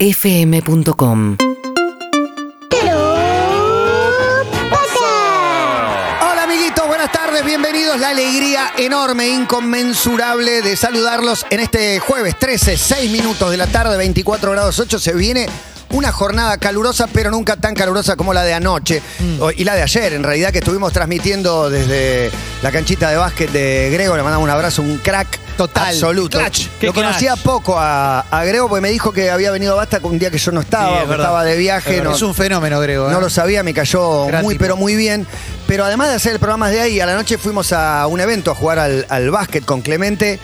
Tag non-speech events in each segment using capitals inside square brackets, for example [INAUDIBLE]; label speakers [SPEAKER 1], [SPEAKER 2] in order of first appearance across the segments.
[SPEAKER 1] urbanaplayfm.com
[SPEAKER 2] Hola amiguitos, buenas tardes, bienvenidos. La alegría enorme, inconmensurable de saludarlos en este jueves 13, 6 minutos de la tarde, 24 grados 8. Se viene una jornada calurosa, pero nunca tan calurosa como la de anoche
[SPEAKER 3] Mm.
[SPEAKER 2] O- y la de ayer, en realidad, que estuvimos transmitiendo desde la canchita de básquet de Grego. Le mandamos un abrazo, un crack.
[SPEAKER 3] Total.
[SPEAKER 2] Absoluto.
[SPEAKER 3] Clutch. Qué
[SPEAKER 2] Lo
[SPEAKER 3] clutch.
[SPEAKER 2] conocía poco a, a Grego porque me dijo que había venido a Basta un día que yo no
[SPEAKER 3] Sí,
[SPEAKER 2] estaba,
[SPEAKER 3] es
[SPEAKER 2] que
[SPEAKER 3] verdad.
[SPEAKER 2] estaba de viaje.
[SPEAKER 3] Es,
[SPEAKER 2] no-
[SPEAKER 3] un fenómeno, Grego. ¿eh?
[SPEAKER 2] no lo sabía, me cayó
[SPEAKER 3] Gran
[SPEAKER 2] muy,
[SPEAKER 3] tipo.
[SPEAKER 2] pero muy bien. Pero además de hacer el programa de ahí, a la noche fuimos a un evento a jugar al, al básquet con Clemente.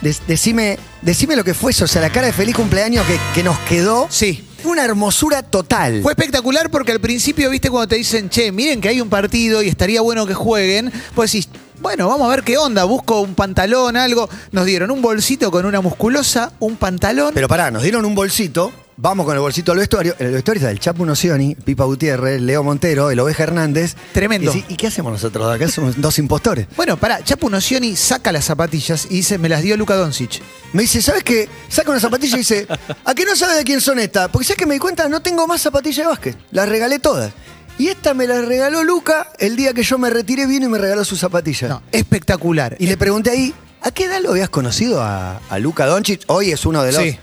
[SPEAKER 2] Des- decime, decime lo que fue eso, o sea, la cara de feliz cumpleaños que, que nos quedó.
[SPEAKER 3] Sí.
[SPEAKER 2] Una hermosura total.
[SPEAKER 3] Fue espectacular porque al principio, viste, cuando te dicen, che, miren que hay un partido y estaría bueno que jueguen, pues decís, bueno, vamos a ver qué onda, busco un pantalón, algo. Nos dieron un bolsito con una musculosa, un pantalón.
[SPEAKER 2] Pero pará, nos dieron un bolsito. Vamos con el bolsito al vestuario. En el vestuario está el Chapu Nocioni, Pipa Gutiérrez, Leo Montero, el Oveja Hernández.
[SPEAKER 3] Tremendo.
[SPEAKER 2] Y, sí, ¿y qué hacemos nosotros? de Acá somos dos impostores.
[SPEAKER 3] bueno, pará, Chapu Nocioni saca las zapatillas y dice, me las dio Luca Doncic.
[SPEAKER 2] Me dice, ¿sabes qué? Saca una zapatilla y dice, ¿a que no sabes de quién son estas? Porque ya que me di cuenta, no tengo más zapatillas de básquet. Las regalé todas. Y esta me la regaló Luca el día que yo me retiré, vino y me regaló su zapatilla.
[SPEAKER 3] No, espectacular.
[SPEAKER 2] Y le pregunté ahí, ¿a qué edad lo habías conocido a, a Luca Doncic? Hoy es uno de los
[SPEAKER 3] Sí.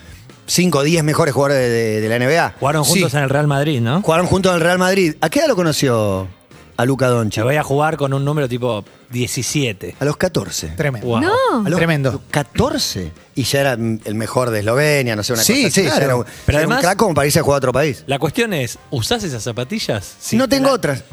[SPEAKER 2] 5 o 10 mejores jugadores de, de la NBA.
[SPEAKER 4] Jugaron
[SPEAKER 3] Sí.
[SPEAKER 4] juntos en el Real Madrid, ¿no?
[SPEAKER 2] Jugaron juntos en el Real Madrid. ¿A qué edad lo conoció a Luca
[SPEAKER 4] Se
[SPEAKER 2] Doncic?
[SPEAKER 4] voy a jugar con un número tipo 17.
[SPEAKER 2] A los 14.
[SPEAKER 3] Tremendo.
[SPEAKER 4] Wow.
[SPEAKER 5] No.
[SPEAKER 2] A los
[SPEAKER 3] Tremendo.
[SPEAKER 2] 14. Y ya era mm, el mejor de Eslovenia, no sé, una
[SPEAKER 3] Sí,
[SPEAKER 2] cosa así. Ya
[SPEAKER 3] claro.
[SPEAKER 2] era un-
[SPEAKER 4] Pero
[SPEAKER 2] era un
[SPEAKER 4] además-
[SPEAKER 2] crack como para irse a jugar a otro país.
[SPEAKER 4] La cuestión es, ¿usás esas zapatillas? Sí.
[SPEAKER 2] no tengo otras.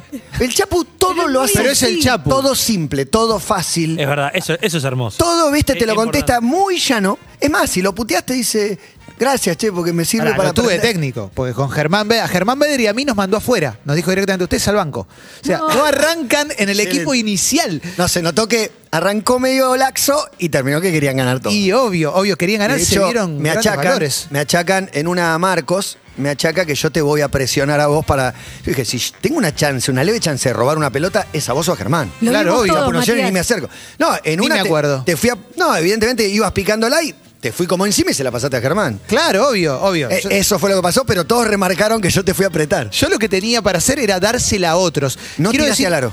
[SPEAKER 2] El Chapu todo
[SPEAKER 5] Pero
[SPEAKER 2] lo hace.
[SPEAKER 3] [LAUGHS] Pero es el
[SPEAKER 2] así.
[SPEAKER 3] Chapu.
[SPEAKER 2] Todo simple, todo fácil.
[SPEAKER 4] Es verdad, eso, eso es hermoso.
[SPEAKER 2] Todo, viste, te
[SPEAKER 4] Es
[SPEAKER 2] lo contesta
[SPEAKER 4] importante.
[SPEAKER 2] muy llano. Es más, si lo puteaste, dice, gracias, che, porque me sirve
[SPEAKER 3] Ahora,
[SPEAKER 2] para.
[SPEAKER 3] lo tuve de
[SPEAKER 2] aprender".
[SPEAKER 3] técnico, porque con Germán Beder, a Germán Beder y a mí nos mandó afuera. Nos dijo directamente, ustedes al banco. O sea, no, arrancan en el equipo inicial.
[SPEAKER 2] No, se notó que arrancó medio laxo y terminó que querían ganar todo.
[SPEAKER 3] Y obvio, obvio, querían ganar,
[SPEAKER 2] De
[SPEAKER 3] se
[SPEAKER 2] hecho,
[SPEAKER 3] vieron
[SPEAKER 2] me
[SPEAKER 3] grandes
[SPEAKER 2] achacan,
[SPEAKER 3] valores.
[SPEAKER 2] me achacan en una a Marcos, me achaca que yo te voy a presionar a vos para. Yo dije, si tengo una chance, una leve chance de robar una pelota, es a vos o a Germán.
[SPEAKER 5] Lo
[SPEAKER 3] Claro,
[SPEAKER 5] vimos
[SPEAKER 3] obvio,
[SPEAKER 5] todos,
[SPEAKER 2] Chapu no llega ni
[SPEAKER 5] Matías.
[SPEAKER 2] me acerco. No, en
[SPEAKER 3] Ni
[SPEAKER 2] una
[SPEAKER 3] me
[SPEAKER 2] te-
[SPEAKER 3] acuerdo.
[SPEAKER 2] Te, fui a. No, evidentemente ibas picándola y te fui como encima y se la pasaste a Germán.
[SPEAKER 3] Claro, obvio, obvio.
[SPEAKER 2] Eh,
[SPEAKER 3] Yo-
[SPEAKER 2] eso fue lo que pasó, pero todos remarcaron que yo te fui a apretar.
[SPEAKER 3] Yo lo que tenía para hacer era dársela a otros.
[SPEAKER 2] No
[SPEAKER 3] Quiero
[SPEAKER 2] tiraste
[SPEAKER 3] decir-
[SPEAKER 2] al aro.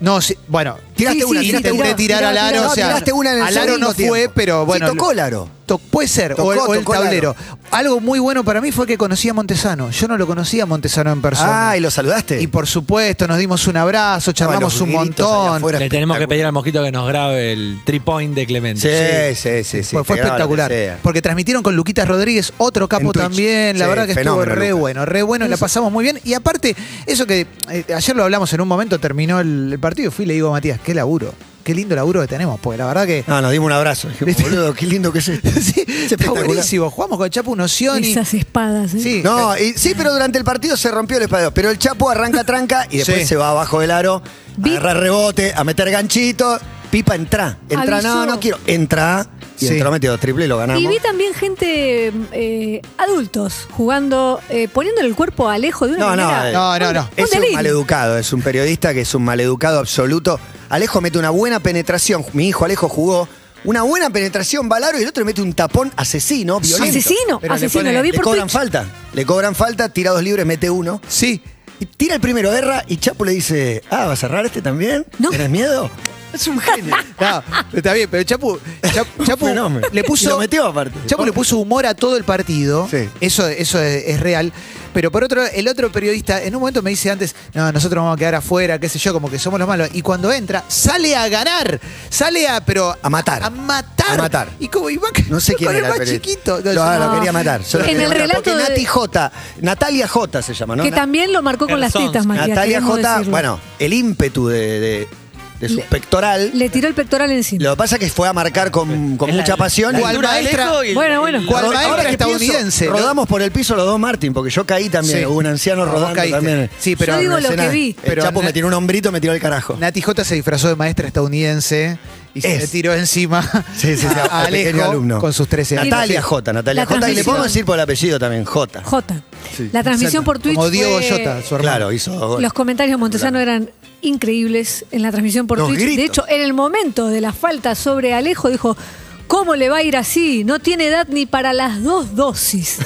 [SPEAKER 3] No, sí, bueno.
[SPEAKER 2] Tiraste
[SPEAKER 5] Sí,
[SPEAKER 2] una,
[SPEAKER 5] sí,
[SPEAKER 2] tiraste
[SPEAKER 5] sí,
[SPEAKER 2] una.
[SPEAKER 3] Intenté
[SPEAKER 5] tiró,
[SPEAKER 3] tirar
[SPEAKER 5] tiró,
[SPEAKER 3] al aro,
[SPEAKER 5] tiró.
[SPEAKER 3] o sea,
[SPEAKER 5] No,
[SPEAKER 2] tiraste una en el
[SPEAKER 3] al aro no
[SPEAKER 2] segundo
[SPEAKER 3] fue,
[SPEAKER 2] tiempo.
[SPEAKER 3] pero bueno.
[SPEAKER 2] Sí, tocó
[SPEAKER 3] lo-
[SPEAKER 2] el aro.
[SPEAKER 3] to- puede ser, o el,
[SPEAKER 2] Tocó,
[SPEAKER 3] o el
[SPEAKER 2] tocó el
[SPEAKER 3] tablero.
[SPEAKER 2] aro.
[SPEAKER 3] Algo muy bueno para mí fue que conocí a Montesano. Yo no lo conocía a Montesano en persona.
[SPEAKER 2] Ah, y lo saludaste.
[SPEAKER 3] Y por supuesto, nos dimos un abrazo, charlamos
[SPEAKER 2] los
[SPEAKER 3] un
[SPEAKER 2] gritos allá
[SPEAKER 3] montón.
[SPEAKER 2] afuera.
[SPEAKER 4] Le tenemos que pedir al mosquito que nos grabe el three point de
[SPEAKER 2] Sí,
[SPEAKER 4] Clemente.
[SPEAKER 2] sí, sí. sí,
[SPEAKER 3] Fue, fue
[SPEAKER 2] te graba lo que
[SPEAKER 3] espectacular.
[SPEAKER 2] sea.
[SPEAKER 3] Porque transmitieron con Luquitas Rodríguez, otro
[SPEAKER 2] En
[SPEAKER 3] capo
[SPEAKER 2] Twitch.
[SPEAKER 3] también. La
[SPEAKER 2] Sí,
[SPEAKER 3] verdad que
[SPEAKER 2] fenómeno,
[SPEAKER 3] estuvo re
[SPEAKER 2] Lucas.
[SPEAKER 3] bueno, re bueno, la pasamos muy bien. Y aparte, eso que eh, ayer lo hablamos en un momento, terminó el, el partido, fui y le digo a Matías, qué laburo, qué lindo laburo que tenemos, porque la verdad que. [LAUGHS]
[SPEAKER 2] No, nos dimos un abrazo. Dijimos,
[SPEAKER 3] ¿Viste?
[SPEAKER 2] boludo, qué lindo que es esto.
[SPEAKER 3] sí, está
[SPEAKER 2] espectacular.
[SPEAKER 3] buenísimo. Jugamos con Chapu Nocioni.
[SPEAKER 5] Esas espadas. ¿eh?
[SPEAKER 3] Sí. [LAUGHS]
[SPEAKER 2] No, y- sí, pero durante el partido se rompió el espadeo. Pero el Chapo arranca tranca y después
[SPEAKER 3] Sí.
[SPEAKER 2] se va abajo del aro,
[SPEAKER 5] Vi-
[SPEAKER 2] agarra rebote, a meter ganchito. Pipa, entra. Entra, no,
[SPEAKER 5] Avisó.
[SPEAKER 2] no quiero. Entra. Y
[SPEAKER 3] Sí.
[SPEAKER 2] entró, metió dos triple y lo ganamos.
[SPEAKER 5] Y vi también gente, eh, adultos, jugando, eh, poniéndole el cuerpo a Alejo de una
[SPEAKER 2] No, no,
[SPEAKER 5] manera...
[SPEAKER 2] eh,
[SPEAKER 3] No, no, no.
[SPEAKER 2] Es un
[SPEAKER 5] delito.
[SPEAKER 2] maleducado, es un periodista que es un maleducado absoluto. Alejo mete una buena penetración. Mi hijo Alejo jugó una buena penetración, Balaro, y el otro le mete un tapón asesino, violento.
[SPEAKER 5] Asesino,
[SPEAKER 3] Pero le
[SPEAKER 5] asesino,
[SPEAKER 3] ponen-
[SPEAKER 5] lo vi
[SPEAKER 2] Le
[SPEAKER 5] por
[SPEAKER 2] cobran
[SPEAKER 5] Twitch.
[SPEAKER 2] falta. Le cobran falta, tira dos libres, mete uno.
[SPEAKER 3] Sí.
[SPEAKER 2] Y tira el primero guerra y Chapo le dice, ah, ¿vas a cerrar este también?
[SPEAKER 5] No.
[SPEAKER 2] ¿Tenés miedo? Es un genio.
[SPEAKER 3] [LAUGHS] No, está bien, pero Chapu,
[SPEAKER 2] [LAUGHS]
[SPEAKER 3] Chapu, Chapu
[SPEAKER 2] Fenómeno.
[SPEAKER 3] le puso.
[SPEAKER 2] Y lo metió aparte.
[SPEAKER 3] Chapu le puso humor a todo el partido.
[SPEAKER 2] Sí.
[SPEAKER 3] Eso, eso es, es real. Pero por otro, el otro periodista en un momento me dice antes, no, nosotros vamos a quedar afuera, qué sé yo, como que somos los malos. Y cuando entra, sale a ganar. Sale a, pero.
[SPEAKER 2] A matar.
[SPEAKER 3] A matar.
[SPEAKER 2] A matar.
[SPEAKER 3] Y como iba
[SPEAKER 2] No sé quién
[SPEAKER 3] con
[SPEAKER 2] era
[SPEAKER 3] el
[SPEAKER 2] el
[SPEAKER 3] más
[SPEAKER 2] periodista.
[SPEAKER 3] chiquito.
[SPEAKER 2] Lo,
[SPEAKER 3] yo-
[SPEAKER 2] lo
[SPEAKER 5] no.
[SPEAKER 2] quería matar. yo lo
[SPEAKER 5] En
[SPEAKER 2] quería
[SPEAKER 5] el
[SPEAKER 2] matar,
[SPEAKER 5] relato
[SPEAKER 2] porque
[SPEAKER 5] de-
[SPEAKER 2] Nati J, Natalia J se llama, ¿no?
[SPEAKER 5] Que
[SPEAKER 2] Na-
[SPEAKER 5] también lo marcó con las
[SPEAKER 4] Persons.
[SPEAKER 5] tetas, Matías.
[SPEAKER 2] Natalia
[SPEAKER 5] queremos
[SPEAKER 2] J,
[SPEAKER 5] decirlo.
[SPEAKER 2] bueno, el ímpetu de, de- de su
[SPEAKER 5] Le-
[SPEAKER 2] pectoral.
[SPEAKER 5] Le tiró el pectoral encima.
[SPEAKER 2] Lo que pasa es que fue a marcar con, con
[SPEAKER 4] Es la-
[SPEAKER 2] mucha pasión.
[SPEAKER 4] la
[SPEAKER 2] Cual
[SPEAKER 4] altura de
[SPEAKER 3] maestra-
[SPEAKER 4] Alejo y el-
[SPEAKER 5] Bueno, bueno.
[SPEAKER 4] y la-
[SPEAKER 3] Cual
[SPEAKER 2] Ahora-
[SPEAKER 3] maestra
[SPEAKER 2] ahora que
[SPEAKER 3] estadounidense,
[SPEAKER 2] pienso,
[SPEAKER 3] ¿no?
[SPEAKER 2] rodamos por el piso los dos Martin, porque yo caí también.
[SPEAKER 3] Sí.
[SPEAKER 2] Hubo un anciano
[SPEAKER 3] Vos
[SPEAKER 2] rodando
[SPEAKER 3] caíste.
[SPEAKER 2] también.
[SPEAKER 3] Sí, pero-
[SPEAKER 5] Yo digo
[SPEAKER 2] Una
[SPEAKER 5] lo que
[SPEAKER 2] escena-
[SPEAKER 5] vi.
[SPEAKER 2] El
[SPEAKER 3] Pero
[SPEAKER 2] Chapo
[SPEAKER 3] na-
[SPEAKER 2] me tiró un hombrito y me tiró el carajo.
[SPEAKER 3] Nati J se disfrazó de maestra estadounidense y se
[SPEAKER 2] Es.
[SPEAKER 3] le tiró encima
[SPEAKER 2] Sí, sí, sí,
[SPEAKER 3] [LAUGHS] a,
[SPEAKER 2] al pequeño
[SPEAKER 3] Alejo
[SPEAKER 2] alumno.
[SPEAKER 3] con sus 13 años.
[SPEAKER 2] Natalia
[SPEAKER 5] Sí.
[SPEAKER 2] J, Natalia
[SPEAKER 5] La
[SPEAKER 2] J. Y le
[SPEAKER 5] transmisión.
[SPEAKER 2] podemos decir por el apellido también, J.
[SPEAKER 5] J.
[SPEAKER 2] Sí,
[SPEAKER 5] la transmisión
[SPEAKER 3] Exacto.
[SPEAKER 5] por Twitch.
[SPEAKER 3] Como Diego
[SPEAKER 5] fue-
[SPEAKER 3] Goyota, su hermano.
[SPEAKER 2] Claro, hizo.
[SPEAKER 5] Los comentarios de Montesano eran increíbles en la transmisión por
[SPEAKER 2] Los
[SPEAKER 5] Twitch. De
[SPEAKER 2] gritos.
[SPEAKER 5] hecho, en el momento de la falta sobre Alejo, dijo: ¿Cómo le va a ir así? No tiene edad ni para las
[SPEAKER 2] [LAUGHS]
[SPEAKER 5] dos dosis.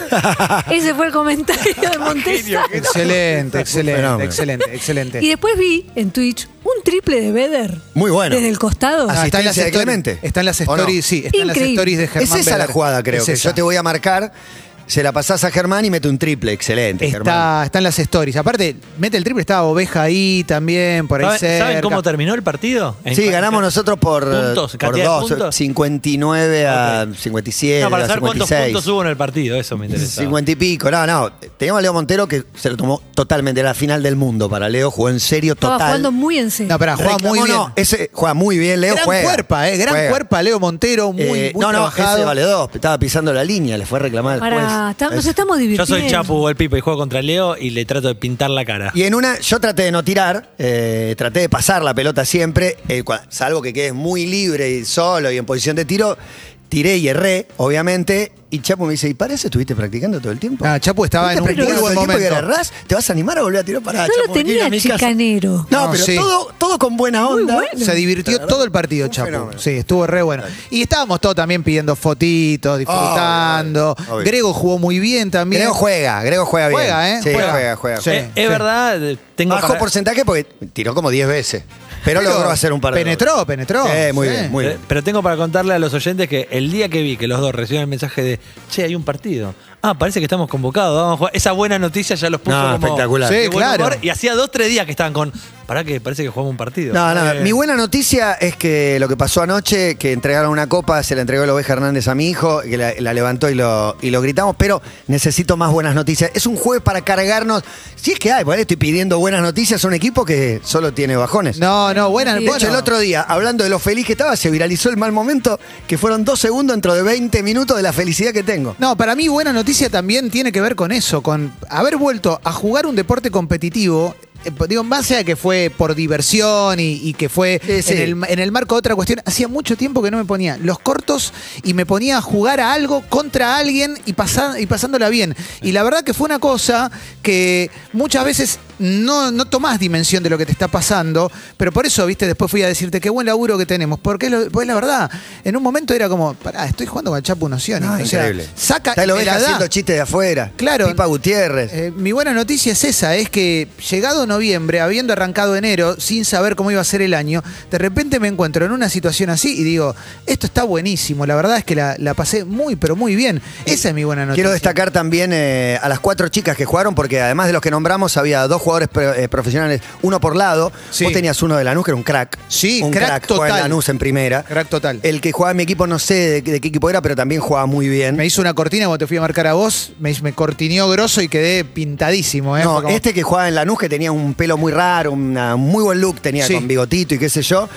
[SPEAKER 5] Ese fue el comentario de Montesa.
[SPEAKER 3] Excelente, excelente,
[SPEAKER 2] Fenómeno.
[SPEAKER 3] excelente, excelente.
[SPEAKER 5] Y después vi en Twitch un triple de Beder.
[SPEAKER 2] Muy bueno.
[SPEAKER 5] Desde el costado.
[SPEAKER 2] Así
[SPEAKER 3] Ah, está en las
[SPEAKER 2] asistencia de
[SPEAKER 3] stories-
[SPEAKER 2] Clemente.
[SPEAKER 3] Está en las
[SPEAKER 2] ¿O no?
[SPEAKER 3] stories, sí, está en las
[SPEAKER 5] Increíble.
[SPEAKER 3] stories de Germán.
[SPEAKER 2] es esa la
[SPEAKER 3] Beder.
[SPEAKER 2] jugada, creo.
[SPEAKER 3] Es
[SPEAKER 2] que
[SPEAKER 3] esa.
[SPEAKER 2] yo te voy a marcar, se la pasás a Germán y mete un triple. Excelente, Germán.
[SPEAKER 3] Está, está en las stories. Aparte, mete el triple, estaba oveja ahí también, por ahí
[SPEAKER 4] ¿Saben,
[SPEAKER 3] cerca.
[SPEAKER 4] saben cómo terminó el partido? En
[SPEAKER 2] Sí,
[SPEAKER 4] cua-
[SPEAKER 2] ganamos nosotros por,
[SPEAKER 4] puntos,
[SPEAKER 2] por
[SPEAKER 4] cantidad de
[SPEAKER 2] dos,
[SPEAKER 4] puntos.
[SPEAKER 2] 59 a 57,
[SPEAKER 4] No, para
[SPEAKER 2] a
[SPEAKER 4] saber cuántos
[SPEAKER 2] 56.
[SPEAKER 4] puntos hubo en el partido, eso me interesa.
[SPEAKER 2] 50 y pico, no, no. Teníamos a Leo Montero que se lo tomó totalmente, era la final del mundo para Leo, jugó en serio
[SPEAKER 5] Estaba
[SPEAKER 2] total.
[SPEAKER 5] jugando muy en serio.
[SPEAKER 3] No, pará, juega
[SPEAKER 2] Reclamó,
[SPEAKER 3] muy bien.
[SPEAKER 2] no, ese juega muy bien, Leo
[SPEAKER 3] gran
[SPEAKER 2] juega.
[SPEAKER 3] cuerpa, eh, gran
[SPEAKER 2] juega.
[SPEAKER 3] cuerpa, Leo Montero, muy,
[SPEAKER 2] Eh,
[SPEAKER 3] muy
[SPEAKER 2] no, no, ese
[SPEAKER 3] trabajado.
[SPEAKER 2] vale dos, estaba pisando la línea, le fue a reclamar
[SPEAKER 5] Pará,
[SPEAKER 2] después.
[SPEAKER 5] está- nos
[SPEAKER 2] Es-
[SPEAKER 5] estamos
[SPEAKER 4] Yo
[SPEAKER 5] divirtiendo.
[SPEAKER 4] soy Chapu o el Pipo y juego contra Leo y le trato de pintar la cara.
[SPEAKER 2] Y en una, yo traté de no tirar, eh, traté de pasar la pelota siempre, eh, cua- salvo que quedes muy libre y solo y en posición de tiro, tiré y erré, obviamente, y Chapo me dice, ¿y para eso estuviste practicando todo el tiempo?
[SPEAKER 3] Ah, Chapu estaba en
[SPEAKER 2] ¿Estuviste
[SPEAKER 3] un muy
[SPEAKER 2] este practicando
[SPEAKER 3] buen
[SPEAKER 2] todo el tiempo y ahora
[SPEAKER 3] momento.
[SPEAKER 2] errás? ¿Te vas a animar a volver a tirar para
[SPEAKER 5] No lo tenía chicanero.
[SPEAKER 2] No,
[SPEAKER 3] No,
[SPEAKER 2] pero
[SPEAKER 3] sí.
[SPEAKER 2] todo, todo con buena onda.
[SPEAKER 5] bueno.
[SPEAKER 3] Se divirtió todo el partido,
[SPEAKER 2] Un
[SPEAKER 3] Chapo.
[SPEAKER 2] fenómeno.
[SPEAKER 3] Sí, estuvo re bueno. Y estábamos todos también pidiendo fotitos, disfrutando.
[SPEAKER 2] Ah, Obvio, obvio.
[SPEAKER 3] Grego jugó muy bien también.
[SPEAKER 2] Grego juega, Grego juega bien.
[SPEAKER 3] Juega, ¿eh?
[SPEAKER 2] Sí,
[SPEAKER 3] Juega.
[SPEAKER 2] juega, juega. juega.
[SPEAKER 3] Sí.
[SPEAKER 4] Eh, es verdad, eh, tengo
[SPEAKER 2] Bajo
[SPEAKER 4] para-
[SPEAKER 2] porcentaje porque tiró como 10 veces, pero, logró hacer un par de
[SPEAKER 3] Penetró,
[SPEAKER 2] goles.
[SPEAKER 3] penetró.
[SPEAKER 2] Sí, muy
[SPEAKER 3] Sí.
[SPEAKER 2] bien, muy
[SPEAKER 4] eh,
[SPEAKER 2] bien.
[SPEAKER 4] pero tengo para contarle a los oyentes que el día que vi que los dos recibieron el mensaje de che, hay un partido. Ah, parece que estamos convocados, vamos a jugar. Esa buena noticia ya los puso
[SPEAKER 2] No,
[SPEAKER 4] como
[SPEAKER 2] espectacular.
[SPEAKER 4] de
[SPEAKER 3] Sí,
[SPEAKER 4] buen
[SPEAKER 3] claro.
[SPEAKER 4] humor. y hacía dos, tres días que estaban con. Pará que parece que jugamos un partido.
[SPEAKER 2] No, no,
[SPEAKER 4] Eh,
[SPEAKER 2] mi buena noticia es que lo que pasó anoche, que entregaron una copa, se la entregó el Oveja Hernández a mi hijo, que la, la levantó y lo, y lo gritamos, pero necesito más buenas noticias. Es un jueves para cargarnos. Si es que hay, por ahí estoy pidiendo buenas noticias a un equipo que solo tiene bajones.
[SPEAKER 3] No, no, buena.
[SPEAKER 5] Sí.
[SPEAKER 2] De hecho,
[SPEAKER 3] bueno.
[SPEAKER 2] el otro día, hablando de lo feliz que estaba, se viralizó el mal momento, que fueron dos segundos dentro de 20 minutos de la felicidad que tengo.
[SPEAKER 3] No, para mí buena noticia también tiene que ver con eso, con haber vuelto a jugar un deporte competitivo. eh, Digo, en base a que fue por diversión y, y que fue
[SPEAKER 2] Sí, sí.
[SPEAKER 3] En, el, en el marco de otra cuestión, hacía mucho tiempo que no me ponía los cortos y me ponía a jugar a algo contra alguien y, pasa- y pasándola bien. Y la verdad que fue una cosa que muchas veces no, no tomás dimensión de lo que te está pasando, pero por eso, viste, después fui a decirte qué buen laburo que tenemos, porque es lo- pues la verdad, en un momento era como, pará, estoy jugando con el Chapo Nocioni.
[SPEAKER 2] No,
[SPEAKER 3] o sea,
[SPEAKER 2] increíble.
[SPEAKER 3] saca
[SPEAKER 2] Está
[SPEAKER 3] y
[SPEAKER 2] el
[SPEAKER 3] me
[SPEAKER 2] Oveja
[SPEAKER 3] la da.
[SPEAKER 2] haciendo chistes de afuera.
[SPEAKER 3] Claro.
[SPEAKER 2] Pipa Gutiérrez.
[SPEAKER 3] Eh, mi buena noticia es esa, es que llegado noviembre, habiendo arrancado enero, sin saber cómo iba a ser el año, de repente me encuentro en una situación así y digo, esto está buenísimo, la verdad es que la, la pasé muy, pero muy bien. Esa es mi buena noticia.
[SPEAKER 2] Eh, Quiero destacar también eh, a las cuatro chicas que jugaron, porque además de los que nombramos, había dos jugadores pro- eh, profesionales, uno por lado.
[SPEAKER 3] Sí.
[SPEAKER 2] Vos tenías uno de Lanús, que era un crack.
[SPEAKER 3] Sí,
[SPEAKER 2] un
[SPEAKER 3] crack
[SPEAKER 2] jugaba en
[SPEAKER 3] total.
[SPEAKER 2] Lanús en primera.
[SPEAKER 3] Crack total.
[SPEAKER 2] El que jugaba en mi equipo, no sé de, qué- de qué equipo era, pero también jugaba muy bien.
[SPEAKER 3] Me hizo una cortina cuando te fui a marcar a vos, me, me cortineó grosso y quedé pintadísimo. ¿eh?
[SPEAKER 2] No,
[SPEAKER 3] Fue como-
[SPEAKER 2] este que jugaba en Lanús, que tenía un pelo muy raro, un muy buen look, tenía
[SPEAKER 3] Sí.
[SPEAKER 2] con bigotito y qué sé yo.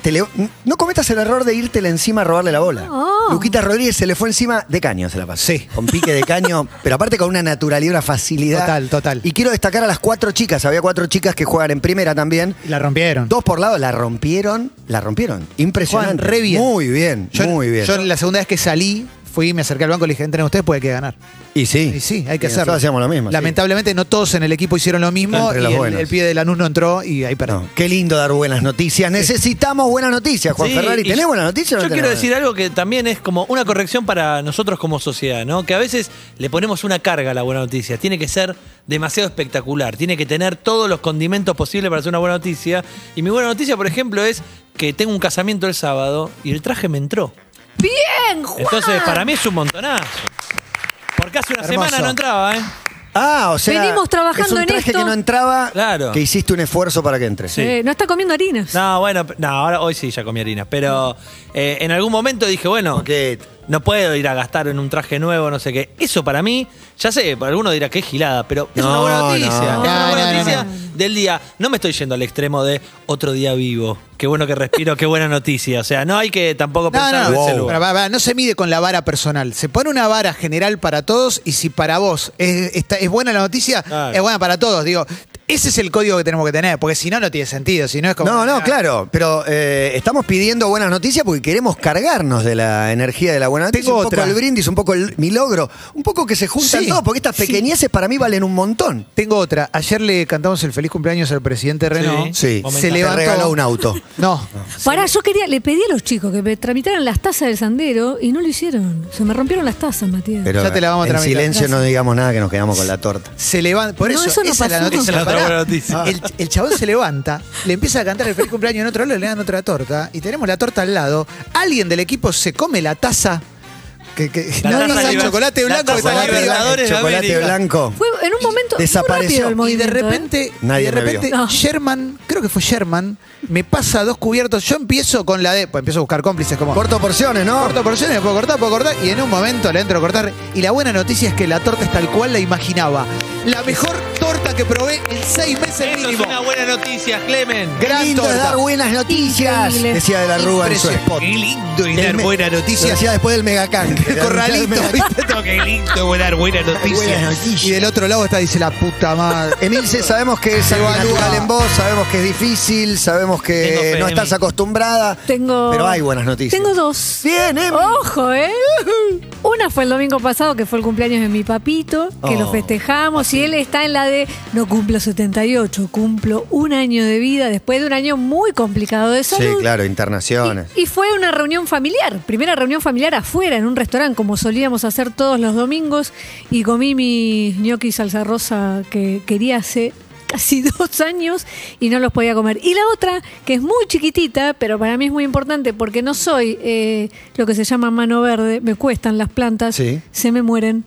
[SPEAKER 2] te le- no cometas el error de irtele encima a robarle la bola.
[SPEAKER 5] No.
[SPEAKER 2] Luquita Rodríguez se le fue encima de caño, se la pasó.
[SPEAKER 3] Sí.
[SPEAKER 2] Con pique
[SPEAKER 3] [LAUGHS]
[SPEAKER 2] de caño, pero aparte con una naturalidad, una facilidad.
[SPEAKER 3] Total, total.
[SPEAKER 2] Y quiero destacar a las cuatro chicas. Había cuatro chicas que juegan en primera también.
[SPEAKER 3] Y la rompieron.
[SPEAKER 2] Dos por lado, la rompieron, la rompieron.
[SPEAKER 3] Juan,
[SPEAKER 2] Impresionante.
[SPEAKER 3] re bien.
[SPEAKER 2] Muy bien,
[SPEAKER 3] Yo-
[SPEAKER 2] muy bien.
[SPEAKER 3] Yo la segunda vez que salí, fui, me acerqué al banco y le dije, entren ustedes, puede que ganar.
[SPEAKER 2] y sí.
[SPEAKER 3] Y sí, hay que
[SPEAKER 2] Y
[SPEAKER 3] hacerlo.
[SPEAKER 2] Nosotros hacíamos lo mismo. sí.
[SPEAKER 3] Lamentablemente no todos en el equipo hicieron lo mismo
[SPEAKER 2] Entre
[SPEAKER 3] y
[SPEAKER 2] los
[SPEAKER 3] el,
[SPEAKER 2] buenos.
[SPEAKER 3] el pibe de Lanús no entró y ahí perdimos.
[SPEAKER 2] No, qué lindo dar buenas noticias. Necesitamos buenas noticias, Juan
[SPEAKER 4] Sí,
[SPEAKER 2] Ferrari.
[SPEAKER 4] y
[SPEAKER 2] ¿Tenés
[SPEAKER 4] yo-
[SPEAKER 2] buenas noticias? o no
[SPEAKER 4] Yo
[SPEAKER 2] tenés
[SPEAKER 4] quiero
[SPEAKER 2] buenas
[SPEAKER 4] decir algo que también es como una corrección para nosotros como sociedad, ¿no? Que a veces le ponemos una carga a la buena noticia. Tiene que ser demasiado espectacular. Tiene que tener todos los condimentos posibles para ser una buena noticia. Y mi buena noticia, por ejemplo, es que tengo un casamiento el sábado y el traje me entró.
[SPEAKER 5] Bien, Juan.
[SPEAKER 4] Entonces, para mí es un montonazo. Porque hace una
[SPEAKER 3] Hermoso.
[SPEAKER 4] semana no entraba, ¿eh?
[SPEAKER 2] Ah, o sea,
[SPEAKER 5] Venimos trabajando
[SPEAKER 2] es un
[SPEAKER 5] en
[SPEAKER 2] traje
[SPEAKER 5] esto.
[SPEAKER 2] que no entraba,
[SPEAKER 4] Claro.
[SPEAKER 2] que hiciste un esfuerzo para que entre.
[SPEAKER 4] Sí.
[SPEAKER 5] Eh, no está comiendo harinas.
[SPEAKER 4] No, bueno, p- no, ahora hoy sí ya comí harinas. Pero eh, en algún momento dije, bueno,
[SPEAKER 2] Porque
[SPEAKER 4] No puedo ir a gastar en un traje nuevo, no sé qué. Eso para mí, ya sé, para alguno dirá que es gilada, pero es una
[SPEAKER 2] No,
[SPEAKER 4] buena noticia.
[SPEAKER 2] no.
[SPEAKER 4] Es una
[SPEAKER 3] No,
[SPEAKER 4] buena
[SPEAKER 3] no, no,
[SPEAKER 4] noticia
[SPEAKER 5] no.
[SPEAKER 4] del día. No me estoy yendo al extremo de otro día vivo. Qué bueno que respiro, qué buena noticia. O sea, no hay que tampoco
[SPEAKER 3] No,
[SPEAKER 4] pensar
[SPEAKER 3] no,
[SPEAKER 4] en
[SPEAKER 3] no,
[SPEAKER 4] ese
[SPEAKER 3] Wow.
[SPEAKER 4] lugar.
[SPEAKER 3] Pará, pará, no se mide con la vara personal. Se pone una vara general para todos y si para vos es, está- es buena la noticia,
[SPEAKER 4] Claro.
[SPEAKER 3] es buena para todos. Digo, Ese es el código que tenemos que tener, porque si no, no tiene sentido. Si no, es como.
[SPEAKER 2] No, no,
[SPEAKER 3] Ah,
[SPEAKER 2] claro, pero eh, estamos pidiendo buenas noticias porque queremos cargarnos de la energía de la buena noticia.
[SPEAKER 3] Tengo
[SPEAKER 2] un poco
[SPEAKER 3] otra.
[SPEAKER 2] el brindis, un poco el- mi logro, un poco que se juntan
[SPEAKER 3] Sí,
[SPEAKER 2] todos, porque estas
[SPEAKER 3] sí.
[SPEAKER 2] pequeñeces para mí valen un montón.
[SPEAKER 3] Tengo otra. Ayer le cantamos el feliz cumpleaños al presidente Renault.
[SPEAKER 2] Sí,
[SPEAKER 4] Momentáneo.
[SPEAKER 3] se
[SPEAKER 2] te
[SPEAKER 3] levantó.
[SPEAKER 2] regaló un auto. Ah.
[SPEAKER 3] No.
[SPEAKER 5] Pará, yo quería, le pedí a los chicos que me tramitaran las tazas del sandero y no lo hicieron. Se me rompieron las tazas, Matías.
[SPEAKER 2] Pero
[SPEAKER 3] Ya te la vamos a
[SPEAKER 2] en
[SPEAKER 3] tramitar.
[SPEAKER 2] silencio no digamos nada que nos quedamos con la torta.
[SPEAKER 3] Se levanta. Por
[SPEAKER 5] No,
[SPEAKER 3] eso,
[SPEAKER 5] eso no
[SPEAKER 3] esa es la
[SPEAKER 5] pasó.
[SPEAKER 3] noticia.
[SPEAKER 4] Esa es la
[SPEAKER 3] Pará.
[SPEAKER 4] buena noticia.
[SPEAKER 3] El, el chabón se levanta, le empieza a cantar el feliz cumpleaños en otro lado, le dan otra torta y tenemos la torta al lado. Alguien del equipo se come la taza. Que, que-
[SPEAKER 4] La
[SPEAKER 3] no,
[SPEAKER 4] taza
[SPEAKER 3] no,
[SPEAKER 4] liber-
[SPEAKER 3] chocolate
[SPEAKER 4] la
[SPEAKER 3] blanco que
[SPEAKER 4] taza
[SPEAKER 3] está ahí arriba.
[SPEAKER 4] Libertadores de
[SPEAKER 2] chocolate
[SPEAKER 4] América.
[SPEAKER 2] blanco.
[SPEAKER 5] Fue en un momento muy
[SPEAKER 2] Desapareció.
[SPEAKER 5] rápido el
[SPEAKER 2] Y
[SPEAKER 3] Y de
[SPEAKER 5] movimiento. ¿eh?
[SPEAKER 3] repente,
[SPEAKER 2] Nadie
[SPEAKER 3] y de
[SPEAKER 2] me
[SPEAKER 3] repente
[SPEAKER 5] vio. No.
[SPEAKER 3] Sherman, creo que fue Sherman, me pasa dos cubiertos. Yo empiezo con la de. Pues empiezo a buscar cómplices como.
[SPEAKER 2] Corto porciones, ¿no?
[SPEAKER 3] Corto porciones, puedo cortar, puedo cortar. Y en un momento la entro a cortar. Y la buena noticia es que la torta es tal cual la imaginaba. La mejor torta que probé en seis meses
[SPEAKER 4] Eso es
[SPEAKER 3] mínimo.
[SPEAKER 4] una buena noticia, Clemen.
[SPEAKER 2] Qué
[SPEAKER 3] Gran
[SPEAKER 2] lindo es
[SPEAKER 3] torta.
[SPEAKER 2] dar buenas noticias,
[SPEAKER 5] Increíble.
[SPEAKER 2] decía de la Rúa en su
[SPEAKER 3] Impresionante.
[SPEAKER 2] spot.
[SPEAKER 1] Qué lindo es
[SPEAKER 2] El
[SPEAKER 1] dar
[SPEAKER 2] me-
[SPEAKER 1] buenas
[SPEAKER 2] Lo
[SPEAKER 4] [LAUGHS]
[SPEAKER 1] noticias.
[SPEAKER 2] decía después del megacán.
[SPEAKER 3] [LAUGHS] El corralito.
[SPEAKER 2] [LAUGHS]
[SPEAKER 1] Qué lindo es dar buenas
[SPEAKER 2] Buenas
[SPEAKER 1] noticias.
[SPEAKER 3] Y
[SPEAKER 2] noticias. Eh,
[SPEAKER 3] del otro lado está, dice la puta madre.
[SPEAKER 2] [LAUGHS] Emilce, sabemos que es algo
[SPEAKER 3] Evalúa.
[SPEAKER 2] natural en vos, sabemos que es difícil, sabemos
[SPEAKER 4] Tengo
[SPEAKER 2] que
[SPEAKER 4] fe
[SPEAKER 2] no
[SPEAKER 4] en
[SPEAKER 2] estás
[SPEAKER 4] mí.
[SPEAKER 2] acostumbrada.
[SPEAKER 5] Tengo.
[SPEAKER 2] Pero hay buenas noticias.
[SPEAKER 5] Tengo dos.
[SPEAKER 2] Bien, Emi.
[SPEAKER 5] Ojo, ¿eh? Una fue el domingo pasado, que fue el cumpleaños de mi papito, que
[SPEAKER 2] Oh,
[SPEAKER 5] lo festejamos, y él está en la de no cumplo 78, cumplo un año de vida después de un año muy complicado de
[SPEAKER 2] Sí,
[SPEAKER 5] salud.
[SPEAKER 2] claro, internaciones.
[SPEAKER 5] Y fue una reunión familiar, primera reunión familiar afuera, en un restaurante, como solíamos hacer todos los domingos, y comí mi gnocchi salsa rosa que quería hace casi [LAUGHS] dos años y no los podía comer. Y la otra, que es muy chiquitita, pero para mí es muy importante porque no soy eh, lo que se llama mano verde, me cuestan las plantas,
[SPEAKER 2] Sí.
[SPEAKER 5] se me mueren.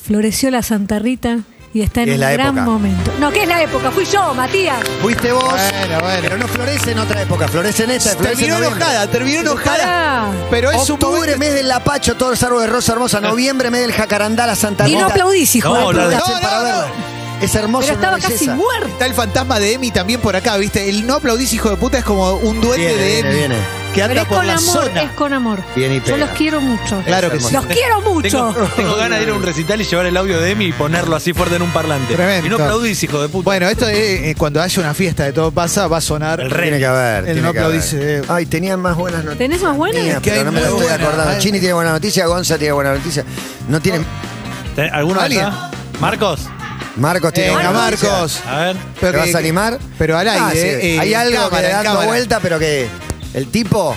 [SPEAKER 5] Floreció la Santa Rita y está en
[SPEAKER 2] Y es
[SPEAKER 5] un
[SPEAKER 2] la
[SPEAKER 5] gran
[SPEAKER 2] época.
[SPEAKER 5] momento. No, que es la época, fui yo, Matías.
[SPEAKER 2] Fuiste vos,
[SPEAKER 3] Bueno, bueno.
[SPEAKER 2] pero no florece en otra época, florece en esta. Florece en
[SPEAKER 3] Terminó
[SPEAKER 2] noviembre.
[SPEAKER 3] enojada, terminó enojada.
[SPEAKER 5] Pará.
[SPEAKER 3] Pero es un
[SPEAKER 2] Octubre,
[SPEAKER 3] momento- Eh.
[SPEAKER 2] mes del lapacho, todos los árboles de rosa hermosa. Noviembre, mes del jacarandá, la Santa
[SPEAKER 5] Y no
[SPEAKER 2] Rita.
[SPEAKER 5] aplaudís,
[SPEAKER 4] No,
[SPEAKER 5] hijo de
[SPEAKER 4] la
[SPEAKER 5] puta.
[SPEAKER 4] de-
[SPEAKER 2] Aplaudacen
[SPEAKER 3] No, no,
[SPEAKER 2] para
[SPEAKER 3] no.
[SPEAKER 2] verla. Es hermoso.
[SPEAKER 5] Pero
[SPEAKER 2] una
[SPEAKER 5] estaba casi
[SPEAKER 2] belleza.
[SPEAKER 5] muerta.
[SPEAKER 3] Está el fantasma de Emi también por acá, ¿viste? El no aplaudís, hijo de puta, es como un duende
[SPEAKER 2] Viene,
[SPEAKER 3] de
[SPEAKER 2] viene,
[SPEAKER 3] Emi
[SPEAKER 2] viene.
[SPEAKER 3] que
[SPEAKER 5] Pero
[SPEAKER 3] anda
[SPEAKER 5] es
[SPEAKER 3] por
[SPEAKER 5] con
[SPEAKER 3] la
[SPEAKER 5] amor,
[SPEAKER 3] zona.
[SPEAKER 5] es con amor.
[SPEAKER 2] Bien y
[SPEAKER 5] Yo
[SPEAKER 2] pega.
[SPEAKER 5] los quiero mucho.
[SPEAKER 3] Claro que sí.
[SPEAKER 5] Los quiero mucho.
[SPEAKER 4] Tengo,
[SPEAKER 3] [LAUGHS]
[SPEAKER 4] tengo ganas de ir a un recital y llevar el audio de Emi y ponerlo así fuerte en un parlante.
[SPEAKER 3] Tremendo.
[SPEAKER 4] Y no aplaudís, hijo de puta.
[SPEAKER 3] Bueno, esto es eh, cuando haya una fiesta de todo pasa, va a sonar.
[SPEAKER 4] El re-
[SPEAKER 2] Tiene que haber.
[SPEAKER 3] El
[SPEAKER 2] tiene
[SPEAKER 3] no
[SPEAKER 2] que haber.
[SPEAKER 3] aplaudice.
[SPEAKER 2] Ay, tenían más buenas noticias.
[SPEAKER 5] ¿Tenés más buenas?
[SPEAKER 2] Mía,
[SPEAKER 3] Es que
[SPEAKER 2] pero
[SPEAKER 3] hay
[SPEAKER 2] no me las
[SPEAKER 3] muy
[SPEAKER 2] estoy
[SPEAKER 3] buenas. Oh.
[SPEAKER 2] acordando.
[SPEAKER 3] Ay.
[SPEAKER 2] Chini tiene buena noticia, Gonza tiene buena noticia. No tiene.
[SPEAKER 4] ¿Ten- ¿Alguno
[SPEAKER 3] ¿Alguien?
[SPEAKER 4] acá? ¿Marcos?
[SPEAKER 2] Marcos tiene
[SPEAKER 3] Eh,
[SPEAKER 2] buena
[SPEAKER 3] a
[SPEAKER 2] noticia.
[SPEAKER 3] Marcos.
[SPEAKER 4] A ver.
[SPEAKER 3] Pero
[SPEAKER 2] ¿Te
[SPEAKER 3] que-
[SPEAKER 2] vas a animar?
[SPEAKER 3] Pero al aire.
[SPEAKER 2] Ah, sí.
[SPEAKER 3] eh,
[SPEAKER 2] Hay
[SPEAKER 3] en
[SPEAKER 2] algo
[SPEAKER 3] cámara,
[SPEAKER 2] que
[SPEAKER 3] en
[SPEAKER 2] dando
[SPEAKER 3] cámara.
[SPEAKER 2] vuelta, pero que el tipo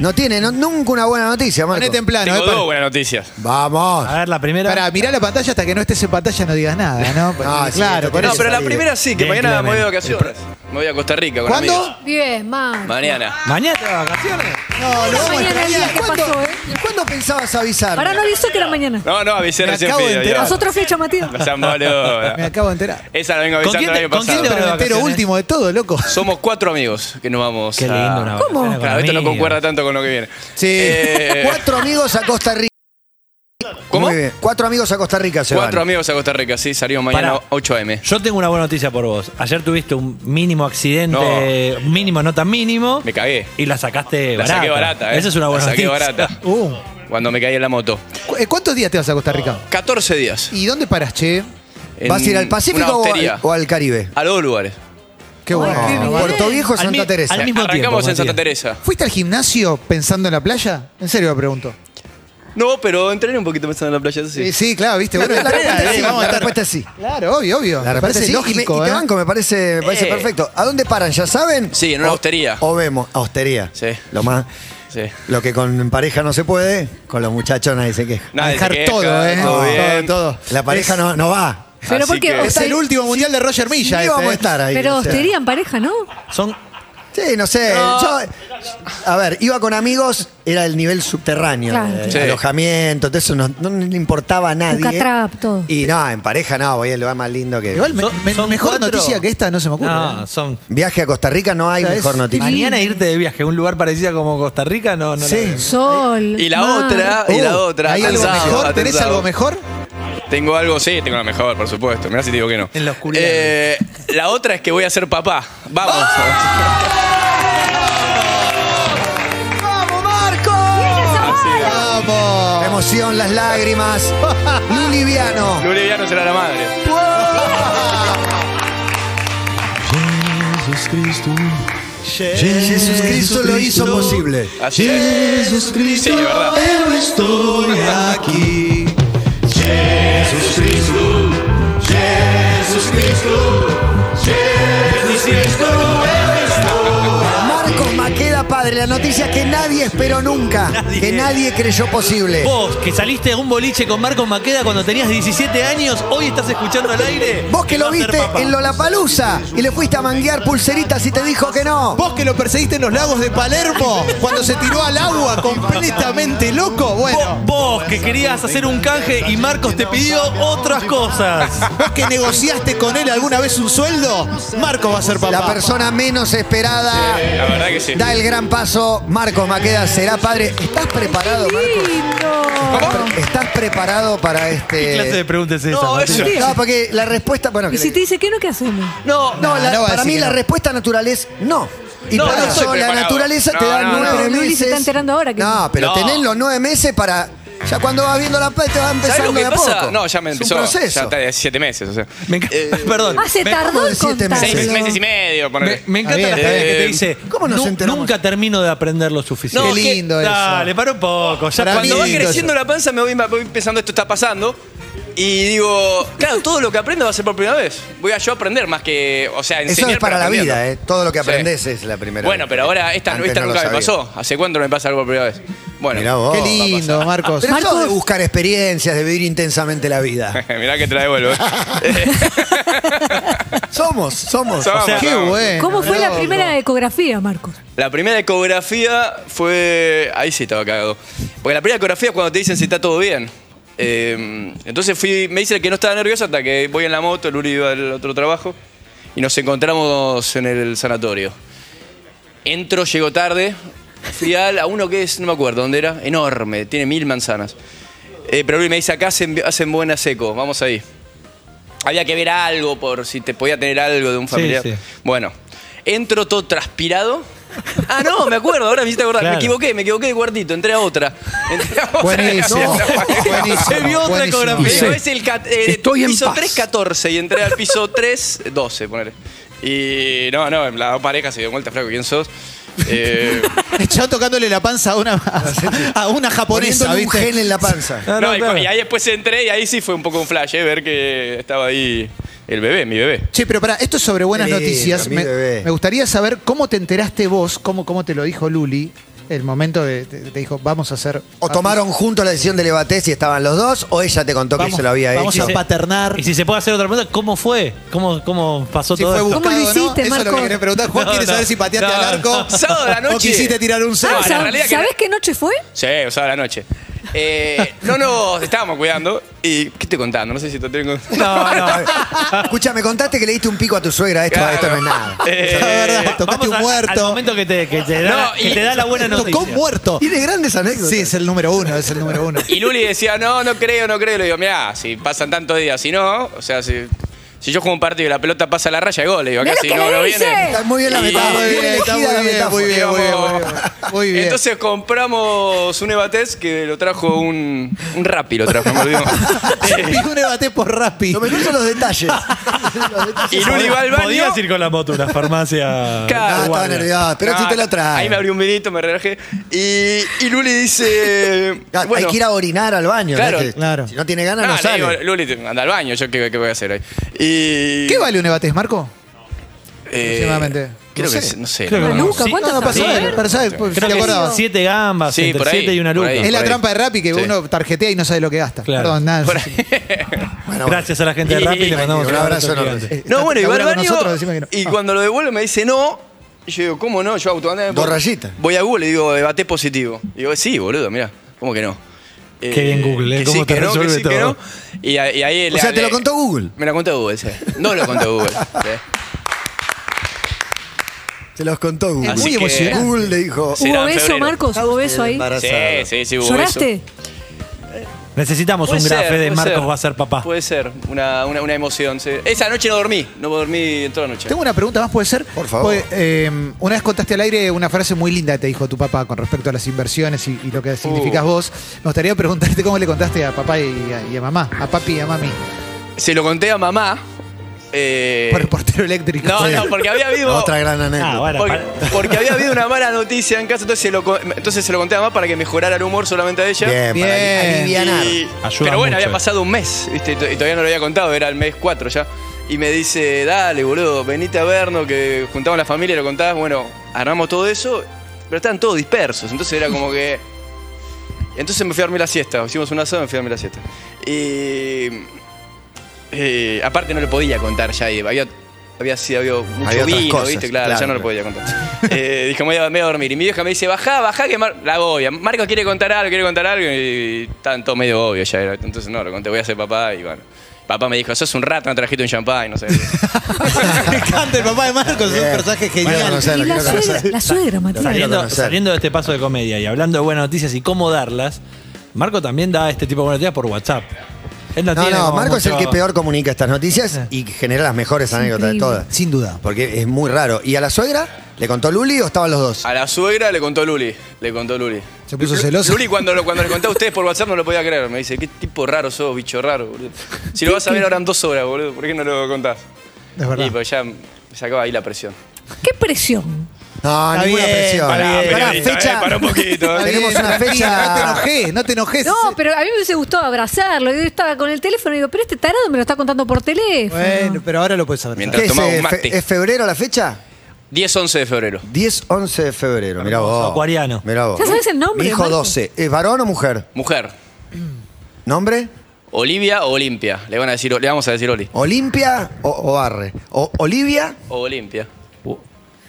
[SPEAKER 2] no tiene no- nunca una buena noticia, Marcos.
[SPEAKER 3] Ponete en plano,
[SPEAKER 6] Tengo
[SPEAKER 3] eh, para-
[SPEAKER 6] dos buenas noticias.
[SPEAKER 2] Vamos.
[SPEAKER 4] A ver, la primera.
[SPEAKER 3] Pará, mirá la pantalla hasta que no estés en pantalla no digas nada, ¿no? Porque,
[SPEAKER 2] [LAUGHS] Ah, sí,
[SPEAKER 3] claro,
[SPEAKER 2] esto
[SPEAKER 3] por
[SPEAKER 2] tiene
[SPEAKER 6] No,
[SPEAKER 3] eso.
[SPEAKER 6] pero la
[SPEAKER 2] salir.
[SPEAKER 6] primera sí, que
[SPEAKER 4] Bien,
[SPEAKER 6] mañana me voy de
[SPEAKER 4] claramente.
[SPEAKER 6] vacaciones. Me voy a Costa Rica con
[SPEAKER 3] ¿Cuándo?
[SPEAKER 6] amigos.
[SPEAKER 5] Bien, más.
[SPEAKER 6] Mañana.
[SPEAKER 4] Mañana de vacaciones.
[SPEAKER 3] No, lo
[SPEAKER 5] Una
[SPEAKER 3] vamos a
[SPEAKER 5] mañana
[SPEAKER 3] extrañar.
[SPEAKER 5] día que
[SPEAKER 3] ¿Cuándo?
[SPEAKER 5] pasó, ¿eh?
[SPEAKER 2] ¿Cuándo pensabas avisar?
[SPEAKER 5] Ahora no avisó que era mañana.
[SPEAKER 6] No, no, avisé
[SPEAKER 3] Me
[SPEAKER 6] recién
[SPEAKER 3] acabo de
[SPEAKER 6] pido,
[SPEAKER 3] enterar.
[SPEAKER 6] ya.
[SPEAKER 5] Nosotros flecha, Matías.
[SPEAKER 6] No sean boludos.
[SPEAKER 3] Me acabo de enterar.
[SPEAKER 6] Esa la vengo
[SPEAKER 4] ¿Con
[SPEAKER 6] avisando
[SPEAKER 4] quién
[SPEAKER 6] el
[SPEAKER 4] te-
[SPEAKER 6] año
[SPEAKER 4] con quién
[SPEAKER 6] pasado.
[SPEAKER 4] te
[SPEAKER 3] Pero me entero
[SPEAKER 4] vacaciones.
[SPEAKER 3] último de todo, loco.
[SPEAKER 6] Somos cuatro amigos que nos vamos.
[SPEAKER 4] Qué
[SPEAKER 6] a-
[SPEAKER 4] lindo una
[SPEAKER 5] ¿Cómo?
[SPEAKER 4] vacaciones con
[SPEAKER 6] Claro, esto no
[SPEAKER 4] amigos.
[SPEAKER 6] concuerda tanto con lo que viene.
[SPEAKER 3] Sí.
[SPEAKER 6] Eh,
[SPEAKER 2] [LAUGHS] Cuatro amigos a Costa Rica.
[SPEAKER 6] ¿Cómo?
[SPEAKER 2] Muy bien. Cuatro amigos a Costa Rica se
[SPEAKER 6] Cuatro
[SPEAKER 2] van.
[SPEAKER 6] amigos a Costa Rica, sí, salimos mañana
[SPEAKER 4] Pará.
[SPEAKER 6] 8 am.
[SPEAKER 4] Yo tengo una buena noticia por vos. Ayer tuviste un mínimo accidente, mínimo, no tan mínimo.
[SPEAKER 6] Me cagué.
[SPEAKER 4] Y la sacaste
[SPEAKER 6] La
[SPEAKER 4] barata.
[SPEAKER 6] saqué barata, ¿eh?
[SPEAKER 4] Esa es una buena
[SPEAKER 6] La saqué
[SPEAKER 4] noticia.
[SPEAKER 6] barata.
[SPEAKER 3] Uh,
[SPEAKER 6] Cuando me caí en la moto.
[SPEAKER 3] ¿cu- eh, ¿Cuántos días te vas a Costa Rica?
[SPEAKER 6] Oh. 14 días.
[SPEAKER 3] ¿Y dónde paras, che?
[SPEAKER 6] En
[SPEAKER 2] ¿Vas a ir al
[SPEAKER 6] una
[SPEAKER 2] Pacífico o
[SPEAKER 6] hostería.
[SPEAKER 2] al, o al Caribe?
[SPEAKER 6] A los lugares.
[SPEAKER 3] Qué
[SPEAKER 5] Ay, qué
[SPEAKER 3] bueno.
[SPEAKER 5] bien.
[SPEAKER 2] Puerto Viejo,
[SPEAKER 4] Al mi-
[SPEAKER 2] Santa
[SPEAKER 4] al
[SPEAKER 2] Teresa.
[SPEAKER 4] mismo
[SPEAKER 6] Arrancamos
[SPEAKER 4] tiempo,
[SPEAKER 6] en Santa
[SPEAKER 4] Matías.
[SPEAKER 6] Teresa.
[SPEAKER 3] ¿Fuiste al gimnasio pensando en la playa? En serio me pregunto.
[SPEAKER 6] No, pero entrené un poquito pensando en la playa, eso sí.
[SPEAKER 3] Sí, sí, claro, viste. bueno, eh,
[SPEAKER 2] La respuesta es sí,
[SPEAKER 3] vamos a
[SPEAKER 2] la
[SPEAKER 3] estar-
[SPEAKER 2] respuesta es sí.
[SPEAKER 3] Claro, obvio, obvio.
[SPEAKER 2] La
[SPEAKER 3] me
[SPEAKER 2] respuesta
[SPEAKER 3] parece
[SPEAKER 2] es sí,
[SPEAKER 3] lógico,
[SPEAKER 2] y, me- y
[SPEAKER 3] ¿eh?
[SPEAKER 2] te banco, me parece, me parece
[SPEAKER 6] Eh.
[SPEAKER 2] perfecto. ¿A dónde paran? ¿Ya saben?
[SPEAKER 6] Sí, en una
[SPEAKER 2] O-
[SPEAKER 6] hostería.
[SPEAKER 2] O vemos, a hostería.
[SPEAKER 6] Sí.
[SPEAKER 2] Lo más.
[SPEAKER 6] Sí.
[SPEAKER 2] Lo que con pareja no se puede, con los muchachos nadie se queja.
[SPEAKER 6] Nadie se
[SPEAKER 3] dejar
[SPEAKER 6] queja,
[SPEAKER 3] todo, ¿eh?
[SPEAKER 6] todo
[SPEAKER 3] Todo,
[SPEAKER 6] bien.
[SPEAKER 3] todo.
[SPEAKER 2] La pareja
[SPEAKER 3] Es-
[SPEAKER 2] no, no va.
[SPEAKER 5] Pero
[SPEAKER 6] Así
[SPEAKER 5] porque
[SPEAKER 6] que-
[SPEAKER 3] Es el último mundial de Roger Milla.
[SPEAKER 2] Sí,
[SPEAKER 3] este,
[SPEAKER 2] vamos a
[SPEAKER 3] ¿eh?
[SPEAKER 2] estar ahí.
[SPEAKER 5] Pero
[SPEAKER 2] o sea.
[SPEAKER 5] hostería en pareja, ¿no?
[SPEAKER 4] [LAUGHS] Son
[SPEAKER 2] Sí, no sé. yo- a ver, iba con amigos, era el nivel subterráneo.
[SPEAKER 5] Claro.
[SPEAKER 2] de
[SPEAKER 6] Sí.
[SPEAKER 2] Alojamiento, de eso no, no le importaba a nadie.
[SPEAKER 5] Cucatrap, todo.
[SPEAKER 2] Y no, en pareja no, voy al lugar más lindo que.
[SPEAKER 3] Igual, me-
[SPEAKER 4] Son-
[SPEAKER 3] me-
[SPEAKER 4] son
[SPEAKER 3] mejor
[SPEAKER 4] cuatro.
[SPEAKER 3] noticia que esta no se me ocurre.
[SPEAKER 4] No,
[SPEAKER 3] ¿eh?
[SPEAKER 4] son.
[SPEAKER 2] Viaje a Costa Rica no hay
[SPEAKER 3] O sea,
[SPEAKER 2] mejor
[SPEAKER 3] es-
[SPEAKER 2] noticia.
[SPEAKER 4] Mañana irte de viaje a un lugar parecido como Costa Rica, no, no. la
[SPEAKER 2] Sí.
[SPEAKER 4] veo.
[SPEAKER 5] Sol.
[SPEAKER 6] Y la
[SPEAKER 5] mar.
[SPEAKER 6] otra, y la
[SPEAKER 3] Uh,
[SPEAKER 6] otra.
[SPEAKER 3] ¿Hay algo
[SPEAKER 6] atensado,
[SPEAKER 3] mejor? ¿Tenés
[SPEAKER 6] atensado.
[SPEAKER 3] algo mejor?
[SPEAKER 6] Tengo algo, sí, tengo la mejor, por supuesto. Mirá si te digo que no.
[SPEAKER 4] En la oscuridad.
[SPEAKER 6] Eh, la otra es que voy a ser papá. Vamos.
[SPEAKER 3] ¡Vamos, Marco!
[SPEAKER 6] Así que,
[SPEAKER 2] La
[SPEAKER 3] ¡Vamos!
[SPEAKER 2] emoción, las lágrimas. Liliviano.
[SPEAKER 6] Luli ya no será la madre.
[SPEAKER 7] Cristo.
[SPEAKER 2] Jesús Cristo lo hizo posible.
[SPEAKER 6] Así es.
[SPEAKER 7] Jesús Cristo,
[SPEAKER 6] Sí, verdad.
[SPEAKER 7] yo estoy aquí. Jesús Cristo, Jesús Cristo, Jesús Cristo, yo estoy
[SPEAKER 2] Marcos Maqueda Padre, la noticia que nadie esperó nunca,
[SPEAKER 4] Nadie.
[SPEAKER 2] que nadie creyó posible.
[SPEAKER 4] Vos, que saliste a un boliche con Marcos Maqueda cuando tenías 17 años, hoy estás escuchando al aire.
[SPEAKER 2] Vos que
[SPEAKER 4] y
[SPEAKER 2] lo
[SPEAKER 4] vas a ser
[SPEAKER 2] viste
[SPEAKER 4] papá.
[SPEAKER 2] en Lollapalooza y le fuiste a manguear pulseritas y te dijo que no.
[SPEAKER 3] Vos que lo perseguiste en los lagos de Palermo cuando se tiró al agua completamente loco.
[SPEAKER 4] Vos,
[SPEAKER 3] Bueno,
[SPEAKER 4] vos que querías hacer un canje y Marcos te pidió otras cosas.
[SPEAKER 3] vos que negociaste con él alguna vez un sueldo, Marco va a ser
[SPEAKER 2] La
[SPEAKER 3] papá.
[SPEAKER 2] persona menos esperada
[SPEAKER 6] La verdad que sí.
[SPEAKER 2] da el gran paso. Marcos Maqueda será padre. ¿Estás preparado, Marcos?
[SPEAKER 5] ¡Lindo!
[SPEAKER 2] ¿Estás preparado para este.?
[SPEAKER 4] ¿Qué clase de preguntas es esa?
[SPEAKER 6] No,
[SPEAKER 4] Martín?
[SPEAKER 6] eso.
[SPEAKER 2] No, porque la respuesta. Bueno,
[SPEAKER 5] Y
[SPEAKER 2] que
[SPEAKER 5] si
[SPEAKER 2] le-
[SPEAKER 5] te dice que no, ¿qué hacemos?
[SPEAKER 4] No,
[SPEAKER 2] no, la-
[SPEAKER 3] no va a
[SPEAKER 2] para
[SPEAKER 3] decir
[SPEAKER 2] mí
[SPEAKER 3] que
[SPEAKER 2] la
[SPEAKER 3] no.
[SPEAKER 2] respuesta natural es no. Y
[SPEAKER 4] No,
[SPEAKER 2] por
[SPEAKER 4] no
[SPEAKER 2] eso
[SPEAKER 6] estoy
[SPEAKER 2] la
[SPEAKER 6] preparado.
[SPEAKER 2] naturaleza te
[SPEAKER 6] No,
[SPEAKER 2] da
[SPEAKER 6] no,
[SPEAKER 2] nueve
[SPEAKER 5] no. Pero Luli
[SPEAKER 2] meses.
[SPEAKER 5] se está enterando ahora que-
[SPEAKER 2] No, pero
[SPEAKER 6] No.
[SPEAKER 2] tenés los nueve meses para. Ya cuando vas viendo la paz te va
[SPEAKER 6] ¿Sabes
[SPEAKER 2] empezando
[SPEAKER 6] lo que
[SPEAKER 2] de a
[SPEAKER 6] pasa?
[SPEAKER 2] poco.
[SPEAKER 6] No, ya me
[SPEAKER 2] Es
[SPEAKER 6] empezó.
[SPEAKER 2] Un proceso.
[SPEAKER 6] Ya está de 7 meses, o sea.
[SPEAKER 4] Me encanta-
[SPEAKER 6] Eh,
[SPEAKER 4] [LAUGHS] perdón.
[SPEAKER 5] Ah, se
[SPEAKER 4] me,
[SPEAKER 5] tardó
[SPEAKER 2] ¿cómo
[SPEAKER 5] en
[SPEAKER 2] decís te
[SPEAKER 5] contar.
[SPEAKER 6] Seis
[SPEAKER 2] Pero-
[SPEAKER 6] meses y medio, ponele.
[SPEAKER 4] me- me encanta
[SPEAKER 3] Está
[SPEAKER 4] la
[SPEAKER 3] bien,
[SPEAKER 4] gente
[SPEAKER 6] está
[SPEAKER 4] que te
[SPEAKER 6] bien. eh,
[SPEAKER 4] dice.
[SPEAKER 2] ¿Cómo nos
[SPEAKER 4] "Nu-
[SPEAKER 2] enteramos?
[SPEAKER 4] Nunca termino de aprender lo suficiente.
[SPEAKER 6] No,
[SPEAKER 3] Qué
[SPEAKER 6] que-
[SPEAKER 3] lindo eso.
[SPEAKER 4] Dale, para un poco. Ya
[SPEAKER 3] Para
[SPEAKER 4] cuando
[SPEAKER 6] Cuando va
[SPEAKER 3] Lindo
[SPEAKER 6] creciendo
[SPEAKER 3] eso.
[SPEAKER 6] la panza me voy, me voy pensando esto está pasando. Y digo, claro, todo lo que aprendo va a ser por primera vez. Voy a yo aprender más que, o sea, enseñar.
[SPEAKER 2] Eso es para
[SPEAKER 6] pero
[SPEAKER 2] la
[SPEAKER 6] aprendiendo.
[SPEAKER 2] vida, ¿eh? Todo lo que
[SPEAKER 6] Sí.
[SPEAKER 2] aprendes es la primera
[SPEAKER 6] Bueno,
[SPEAKER 2] vez.
[SPEAKER 6] pero ahora esta,
[SPEAKER 2] Antes
[SPEAKER 6] esta
[SPEAKER 2] no lo
[SPEAKER 6] nunca me
[SPEAKER 2] sabía.
[SPEAKER 6] pasó. ¿Hace cuánto no me pasa algo por primera vez? Bueno,
[SPEAKER 2] Mirá vos.
[SPEAKER 3] Qué lindo, Marcos.
[SPEAKER 2] Pero eso de
[SPEAKER 5] Marcos.
[SPEAKER 2] buscar experiencias, de vivir intensamente la
[SPEAKER 6] [LAUGHS]
[SPEAKER 2] vida.
[SPEAKER 6] [LAUGHS] mirá que te
[SPEAKER 2] [LAUGHS]
[SPEAKER 6] la devuelvo. ¿eh?
[SPEAKER 2] Somos, somos.
[SPEAKER 6] [LAUGHS] Somos,
[SPEAKER 2] O sea,
[SPEAKER 3] Qué bueno.
[SPEAKER 5] ¿Cómo fue la
[SPEAKER 3] loco.
[SPEAKER 5] primera ecografía, Marcos?
[SPEAKER 6] la primera ecografía fue. Ahí sí estaba cagado. Porque la primera ecografía es cuando te dicen si está todo bien. Eh, entonces fui, me dice que no estaba nervioso hasta que voy en la moto, Luri iba al otro trabajo y nos encontramos en el sanatorio. Entro, llego tarde, fui al- a uno que es, no me acuerdo dónde era, enorme, tiene mil manzanas. Eh, pero Luri me dice, acá hacen, hacen buena seco, vamos ahí. Había que ver algo por si te podía tener algo de un familiar.
[SPEAKER 4] sí.
[SPEAKER 6] Bueno, entro todo transpirado. Ah, no, me acuerdo, ahora me hiciste acordar.
[SPEAKER 4] Claro.
[SPEAKER 6] Me equivoqué, me equivoqué de cuartito, entré a otra. Entré a otra. [LAUGHS]
[SPEAKER 3] Buenísimo. buenísimo,
[SPEAKER 4] Se vio otra
[SPEAKER 3] buenísimo.
[SPEAKER 4] ecografía.
[SPEAKER 6] Me dijo,
[SPEAKER 4] Sí.
[SPEAKER 6] es el cat- eh,
[SPEAKER 7] Estoy en
[SPEAKER 6] piso
[SPEAKER 7] paz.
[SPEAKER 6] 314 y entré al piso 312, ponele. Y no, no, la pareja se dio vuelta, flaco, ¿quién sos? Eh,
[SPEAKER 3] Yo tocándole la panza a una, [LAUGHS] a una japonesa,
[SPEAKER 2] poniéndole un
[SPEAKER 3] ¿viste?
[SPEAKER 2] gel en la panza.
[SPEAKER 4] Ah, no,
[SPEAKER 6] no, y,
[SPEAKER 4] claro.
[SPEAKER 6] y ahí después entré y ahí sí fue un poco un flash, eh, ver que estaba ahí el bebé, mi bebé.
[SPEAKER 3] Che, pero pará, esto es sobre buenas
[SPEAKER 2] Qué lindo,
[SPEAKER 3] noticias.
[SPEAKER 2] mi
[SPEAKER 3] Me,
[SPEAKER 2] bebé.
[SPEAKER 3] me gustaría saber cómo te enteraste vos, cómo, cómo te lo dijo Luli, el momento de te, te dijo, vamos a hacer.
[SPEAKER 2] O tomaron juntos la decisión de Levatés y estaban los dos, o ella te contó que
[SPEAKER 3] Vamos-
[SPEAKER 2] se lo había
[SPEAKER 3] vamos
[SPEAKER 2] hecho.
[SPEAKER 3] a paternar.
[SPEAKER 4] Y si se puede hacer otra pregunta, ¿cómo fue? ¿Cómo, cómo pasó
[SPEAKER 3] Si
[SPEAKER 4] todo
[SPEAKER 3] fue
[SPEAKER 4] esto?
[SPEAKER 3] buscado,
[SPEAKER 5] ¿Cómo lo
[SPEAKER 3] ¿no?
[SPEAKER 5] hiciste,
[SPEAKER 3] Eso es lo
[SPEAKER 5] Marco?
[SPEAKER 3] que querés preguntar. Juan
[SPEAKER 4] No,
[SPEAKER 3] quiere
[SPEAKER 4] no,
[SPEAKER 3] saber si pateaste
[SPEAKER 4] no,
[SPEAKER 3] al arco.
[SPEAKER 4] no.
[SPEAKER 6] Sábado de la
[SPEAKER 3] O
[SPEAKER 6] noche.
[SPEAKER 3] quisiste tirar un
[SPEAKER 5] Ah,
[SPEAKER 6] No,
[SPEAKER 3] cero.
[SPEAKER 6] la
[SPEAKER 5] ¿sab-
[SPEAKER 6] realidad que
[SPEAKER 5] ¿sabés
[SPEAKER 6] no.
[SPEAKER 5] qué noche fue?
[SPEAKER 6] Sí, o sea, a la noche. Eh, no nos estábamos cuidando y... ¿Qué estoy contando? No sé si te tengo...
[SPEAKER 4] No, no.
[SPEAKER 2] Escúchame, contaste que le diste un pico a tu suegra. Esto,
[SPEAKER 6] Claro.
[SPEAKER 2] esto no es nada.
[SPEAKER 6] [LAUGHS]
[SPEAKER 3] [LAUGHS]
[SPEAKER 6] Eh,
[SPEAKER 3] La verdad, tocaste
[SPEAKER 4] Vamos
[SPEAKER 3] un
[SPEAKER 4] a- Al
[SPEAKER 3] muerto.
[SPEAKER 4] momento que te, que te da,
[SPEAKER 6] No,
[SPEAKER 4] que
[SPEAKER 6] y-
[SPEAKER 4] te da la buena noticia.
[SPEAKER 3] Tocó un muerto.
[SPEAKER 2] Tiene grandes anécdotas.
[SPEAKER 3] Sí, es el número uno, es el número uno.
[SPEAKER 6] Y Luli decía, no, no creo, no creo. Le digo, mirá, si pasan tantos días, si no, o sea, si, si yo juego un partido y la pelota pasa a la raya, es gol. Le digo, acá
[SPEAKER 5] Mirá
[SPEAKER 6] si
[SPEAKER 5] lo que
[SPEAKER 6] no,
[SPEAKER 5] le
[SPEAKER 6] no
[SPEAKER 5] dice.
[SPEAKER 6] viene.
[SPEAKER 2] Está muy bien la
[SPEAKER 6] Y-
[SPEAKER 2] metáfora.
[SPEAKER 3] Muy bien, está muy
[SPEAKER 2] elegida la
[SPEAKER 3] bien, muy
[SPEAKER 2] metáfora.
[SPEAKER 3] bien, muy bien, muy bien. Muy bien.
[SPEAKER 6] Entonces compramos un Ebatés que lo trajo un, un Rappi, lo trajo,
[SPEAKER 2] [LAUGHS]
[SPEAKER 6] me olvidó.
[SPEAKER 3] Y un debate por Rappi.
[SPEAKER 2] Lo mejor son los detalles.
[SPEAKER 3] [LAUGHS]
[SPEAKER 6] Y Luli va al baño.
[SPEAKER 4] Podías ir con la moto a una farmacia.
[SPEAKER 6] Claro.
[SPEAKER 2] No, estaba
[SPEAKER 4] uruguaya.
[SPEAKER 2] nervioso. Pero
[SPEAKER 6] No,
[SPEAKER 2] si te lo trae.
[SPEAKER 6] Ahí me abrió un vinito, me relajé. Y, y Luli dice.
[SPEAKER 2] Ah,
[SPEAKER 6] bueno,
[SPEAKER 2] Hay que ir a orinar al baño.
[SPEAKER 6] Claro.
[SPEAKER 2] ¿no? Que
[SPEAKER 3] Claro.
[SPEAKER 2] Si no tiene ganas,
[SPEAKER 6] Ah,
[SPEAKER 2] no
[SPEAKER 6] le
[SPEAKER 2] sale.
[SPEAKER 6] digo, Luli, te- anda al baño, yo qué, qué voy a hacer ahí. Y,
[SPEAKER 3] ¿Qué vale un debate, Marco?
[SPEAKER 6] Eh,
[SPEAKER 3] aproximadamente?
[SPEAKER 6] Creo
[SPEAKER 2] No
[SPEAKER 6] que
[SPEAKER 2] sé.
[SPEAKER 6] es- no sé.
[SPEAKER 4] Creo que no.
[SPEAKER 6] no, no,
[SPEAKER 5] Luca,
[SPEAKER 6] sí.
[SPEAKER 5] ¿cuántas
[SPEAKER 3] No, para
[SPEAKER 5] tantas?
[SPEAKER 4] saber,
[SPEAKER 3] saber, para saber, pues,
[SPEAKER 4] Creo
[SPEAKER 3] te
[SPEAKER 4] que
[SPEAKER 3] acordabas.
[SPEAKER 4] siete gambas,
[SPEAKER 6] Sí,
[SPEAKER 4] entre
[SPEAKER 6] por ahí,
[SPEAKER 4] siete y una
[SPEAKER 6] por
[SPEAKER 4] luca.
[SPEAKER 6] ahí.
[SPEAKER 3] Es la
[SPEAKER 6] ahí.
[SPEAKER 3] trampa de Rappi que
[SPEAKER 6] Sí.
[SPEAKER 3] uno tarjetea y no sabe lo que gasta.
[SPEAKER 4] Claro.
[SPEAKER 3] Perdón, nada.
[SPEAKER 6] [LAUGHS]
[SPEAKER 2] [LAUGHS]
[SPEAKER 6] Por ahí.
[SPEAKER 2] Bueno,
[SPEAKER 4] Gracias a la gente de
[SPEAKER 6] Y-
[SPEAKER 4] Rappi,
[SPEAKER 6] y-
[SPEAKER 4] le mandamos
[SPEAKER 2] un abrazo
[SPEAKER 4] gigante.
[SPEAKER 2] enorme.
[SPEAKER 3] Eh,
[SPEAKER 6] No,
[SPEAKER 3] está-
[SPEAKER 6] bueno, y va al
[SPEAKER 3] labura con
[SPEAKER 6] baño.
[SPEAKER 3] nosotros, decime que no.
[SPEAKER 6] Y
[SPEAKER 3] Ah.
[SPEAKER 6] cuando lo devuelve me dice no. Y yo digo, ¿cómo no? Yo auto andá,
[SPEAKER 2] Dos
[SPEAKER 6] voy-
[SPEAKER 2] rayitas.
[SPEAKER 6] Voy a Google y digo, debate positivo. Y digo, sí, boludo, mirá, ¿cómo que no? Eh,
[SPEAKER 4] Qué bien Google, ¿eh?
[SPEAKER 6] que
[SPEAKER 4] Cómo
[SPEAKER 6] sí,
[SPEAKER 4] te
[SPEAKER 6] que no, que
[SPEAKER 4] resuelve
[SPEAKER 6] sí, que
[SPEAKER 4] todo.
[SPEAKER 6] no. Y, a- y ahí
[SPEAKER 2] O sea, te lo contó Google.
[SPEAKER 6] Me lo contó Google, sí. No lo contó
[SPEAKER 2] [LAUGHS]
[SPEAKER 6] Google. sí.
[SPEAKER 2] Se los contó Google.
[SPEAKER 6] Así
[SPEAKER 3] muy
[SPEAKER 6] que-
[SPEAKER 3] emocionante.
[SPEAKER 2] Google le dijo.
[SPEAKER 6] Será
[SPEAKER 5] ¿Hubo
[SPEAKER 6] en
[SPEAKER 5] beso,
[SPEAKER 6] febrero.
[SPEAKER 5] Marcos? ¿Hubo beso ahí?
[SPEAKER 2] Embarazada.
[SPEAKER 6] Sí, sí, sí, hubo
[SPEAKER 5] ¿Lloraste?
[SPEAKER 6] eso.
[SPEAKER 4] Necesitamos
[SPEAKER 6] Puede
[SPEAKER 4] un
[SPEAKER 6] ser,
[SPEAKER 4] grafe de
[SPEAKER 6] puede
[SPEAKER 4] Marcos
[SPEAKER 6] ser.
[SPEAKER 4] va a ser papá.
[SPEAKER 6] Puede ser, una, una, una emoción. sí. Esa noche no dormí, no dormí toda la noche.
[SPEAKER 3] Tengo una pregunta más, ¿puede ser?
[SPEAKER 2] Por favor.
[SPEAKER 3] Porque, eh, una vez contaste al aire una frase muy linda que te dijo tu papá con respecto a las inversiones y, y lo que significas vos. Me gustaría preguntarte cómo le contaste a papá y a, y a mamá, a papi y a mami.
[SPEAKER 6] Se lo conté a mamá eh,
[SPEAKER 3] Por el portero eléctrico.
[SPEAKER 6] no, no, porque había habido.
[SPEAKER 2] Otra gran anécdota.
[SPEAKER 4] Ah, bueno,
[SPEAKER 6] porque,
[SPEAKER 4] para-
[SPEAKER 6] porque había habido una mala noticia en casa, entonces se lo, co- entonces se lo conté a mamá para que mejorara el humor solamente a ella.
[SPEAKER 2] Bien, para
[SPEAKER 3] Bien.
[SPEAKER 2] alivianar.
[SPEAKER 6] Y-
[SPEAKER 1] Ayuda
[SPEAKER 6] pero bueno,
[SPEAKER 1] mucho,
[SPEAKER 6] había
[SPEAKER 1] eh.
[SPEAKER 6] pasado un mes, ¿viste? Y to- y todavía no lo había contado, era el mes 4 ya. Y me dice, dale, boludo, venite a vernos, que juntamos la familia y lo contás. Bueno, armamos todo eso, pero estaban todos dispersos. Entonces era
[SPEAKER 1] [LAUGHS]
[SPEAKER 6] como que. Entonces me fui a dormir la siesta, hicimos una asado y me fui a dormir la siesta. Y. eh, aparte no le podía contar ya, y había. Había sido había mucho
[SPEAKER 2] Había otras
[SPEAKER 6] vino,
[SPEAKER 2] cosas,
[SPEAKER 6] ¿viste? Claro,
[SPEAKER 2] claro,
[SPEAKER 6] ya no
[SPEAKER 2] claro.
[SPEAKER 6] lo podía contar. Eh, dijo, me voy, a, me voy a dormir. Y mi vieja me dice, bajá, bajá, que Mar- la agobia. Marco quiere contar algo, quiere contar algo. Y tanto medio obvio ya era. Entonces, no, lo conté, voy a ser papá. Y bueno, papá me dijo, sos un rato, no trajiste un
[SPEAKER 2] [LAUGHS]
[SPEAKER 6] champán, no sé.
[SPEAKER 3] Me encanta el papá de Marcos, es un
[SPEAKER 2] Bien.
[SPEAKER 3] personaje
[SPEAKER 2] Bueno,
[SPEAKER 3] genial.
[SPEAKER 2] no sé,
[SPEAKER 5] Y
[SPEAKER 2] lo
[SPEAKER 5] la
[SPEAKER 2] quiero
[SPEAKER 5] suegra,
[SPEAKER 2] conocer.
[SPEAKER 5] la suegra, Matías.
[SPEAKER 2] Dale.
[SPEAKER 4] Saliendo,
[SPEAKER 2] conocer.
[SPEAKER 4] saliendo de este paso de comedia y hablando de buenas noticias y cómo darlas, Marco también da este tipo de buenas noticias por WhatsApp. Él no,
[SPEAKER 2] No,
[SPEAKER 4] tiene
[SPEAKER 2] no,
[SPEAKER 4] como
[SPEAKER 2] Marco es el
[SPEAKER 4] mucho-
[SPEAKER 2] que peor comunica estas noticias y genera las mejores anécdotas de
[SPEAKER 5] increíble.
[SPEAKER 2] todas.
[SPEAKER 3] Sin duda.
[SPEAKER 2] Porque es muy raro. ¿Y a la suegra? ¿Le contó Luli o estaban los dos?
[SPEAKER 6] A la suegra le contó Luli, le contó Luli.
[SPEAKER 3] Se puso celoso.
[SPEAKER 6] Luli cuando, lo- cuando le conté a ustedes por WhatsApp no lo podía creer. Me dice, qué tipo raro sos, bicho raro, boludo. Si lo vas a ver ahora en dos horas, boludo, ¿por qué no lo contás?
[SPEAKER 3] Es verdad.
[SPEAKER 6] Y pues ya me sacaba ahí la presión.
[SPEAKER 5] ¿Qué presión?
[SPEAKER 2] No,
[SPEAKER 3] Está
[SPEAKER 2] ninguna
[SPEAKER 3] bien,
[SPEAKER 2] presión.
[SPEAKER 3] pará,
[SPEAKER 2] Pará,
[SPEAKER 6] periodista, eh, pará un
[SPEAKER 2] [LAUGHS]
[SPEAKER 6] poquito, eh.
[SPEAKER 2] Tenemos una
[SPEAKER 3] No te
[SPEAKER 2] fecha.
[SPEAKER 3] enojes, no te enojes.
[SPEAKER 5] No, pero a mí me hubiese gustado abrazarlo. Yo estaba con el teléfono y digo, pero este tarado me lo está contando por teléfono.
[SPEAKER 3] Bueno, pero ahora lo puedes saber.
[SPEAKER 6] Mientras-
[SPEAKER 2] ¿Qué es,
[SPEAKER 6] Tomá un
[SPEAKER 2] eh,
[SPEAKER 6] mate.
[SPEAKER 2] fe- ¿Es febrero la fecha?
[SPEAKER 6] 10-11 de febrero.
[SPEAKER 2] 10-11 de febrero. Mirá
[SPEAKER 4] Hermoso,
[SPEAKER 2] vos.
[SPEAKER 4] acuariano.
[SPEAKER 2] Mirá vos.
[SPEAKER 5] ¿Ya sabés el nombre,
[SPEAKER 2] Mi hijo
[SPEAKER 5] Marco?
[SPEAKER 2] 12. ¿Es varón o mujer?
[SPEAKER 6] Mujer,
[SPEAKER 2] ¿Nombre?
[SPEAKER 6] Olivia o Olimpia. Le, van a decir, le vamos a decir Oli.
[SPEAKER 2] ¿Olimpia o, o Arre? O- ¿Olivia?
[SPEAKER 6] O Olimpia.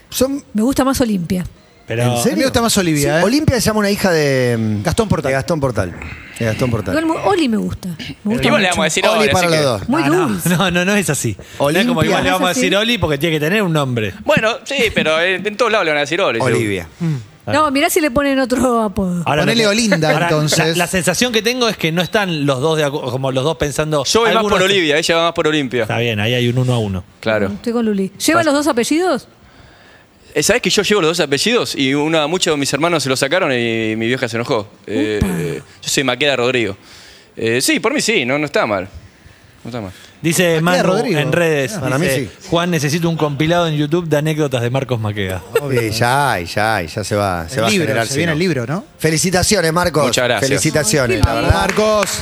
[SPEAKER 2] Son,
[SPEAKER 5] Me gusta más Olimpia.
[SPEAKER 4] Pero,
[SPEAKER 2] ¿En serio?
[SPEAKER 3] me gusta más Olivia,
[SPEAKER 2] Sí,
[SPEAKER 3] eh.
[SPEAKER 2] Olimpia se llama una hija de... mm,
[SPEAKER 3] Gastón Portal.
[SPEAKER 2] De Gastón Portal. De Gastón
[SPEAKER 5] Igual
[SPEAKER 2] Portal.
[SPEAKER 5] mu- Oli me gusta. Me gusta
[SPEAKER 6] Igual le
[SPEAKER 5] mucho.
[SPEAKER 6] vamos a decir
[SPEAKER 2] Oli
[SPEAKER 6] Oli.
[SPEAKER 2] para
[SPEAKER 6] así
[SPEAKER 2] los
[SPEAKER 6] que-
[SPEAKER 2] dos.
[SPEAKER 5] Muy
[SPEAKER 4] Ah, no,
[SPEAKER 5] dulce.
[SPEAKER 4] no, no, no es así. No es
[SPEAKER 2] Olimpia.
[SPEAKER 4] como igual le
[SPEAKER 5] ¿No es
[SPEAKER 4] vamos a
[SPEAKER 5] así?
[SPEAKER 4] decir Oli porque tiene que tener un nombre.
[SPEAKER 6] Bueno, sí, pero en, en todos lados le van a decir Oli. seguro.
[SPEAKER 2] Olivia.
[SPEAKER 3] Mm,
[SPEAKER 5] No, mirá si le ponen otro apodo.
[SPEAKER 4] Ahora,
[SPEAKER 3] Ponele
[SPEAKER 4] lo que-
[SPEAKER 3] Olinda,
[SPEAKER 4] Ahora,
[SPEAKER 3] entonces.
[SPEAKER 4] La, la sensación que tengo es que no están los dos de acu- como los dos pensando.
[SPEAKER 6] Yo voy más
[SPEAKER 4] algunos-
[SPEAKER 6] por Olivia, ella va más por Olimpia.
[SPEAKER 4] Está bien, ahí hay un uno a uno.
[SPEAKER 6] Claro.
[SPEAKER 5] Estoy con Luli. ¿Lleva los dos apellidos?
[SPEAKER 6] Eh, ¿Sabés que yo llevo los dos apellidos? Y una, muchos de mis hermanos se los sacaron y mi vieja se enojó. Eh, eh, yo soy Maqueda Rodrigo. Eh, sí, por mí sí, no, no está mal. No está mal.
[SPEAKER 4] Dice Manu
[SPEAKER 3] Rodrigo.
[SPEAKER 4] en redes.
[SPEAKER 2] Ah, para
[SPEAKER 4] dice,
[SPEAKER 2] mí
[SPEAKER 4] Juan, necesito un compilado en YouTube de anécdotas de Marcos Maqueda.
[SPEAKER 2] Sí, ya, hay, ya, hay, ya se va, se
[SPEAKER 3] El
[SPEAKER 2] va
[SPEAKER 3] libro,
[SPEAKER 2] a generar.
[SPEAKER 3] se
[SPEAKER 2] si
[SPEAKER 3] viene
[SPEAKER 2] no.
[SPEAKER 3] el libro, ¿no?
[SPEAKER 2] Felicitaciones, Marcos.
[SPEAKER 6] Muchas gracias.
[SPEAKER 2] Felicitaciones, la verdad.
[SPEAKER 3] Marcos.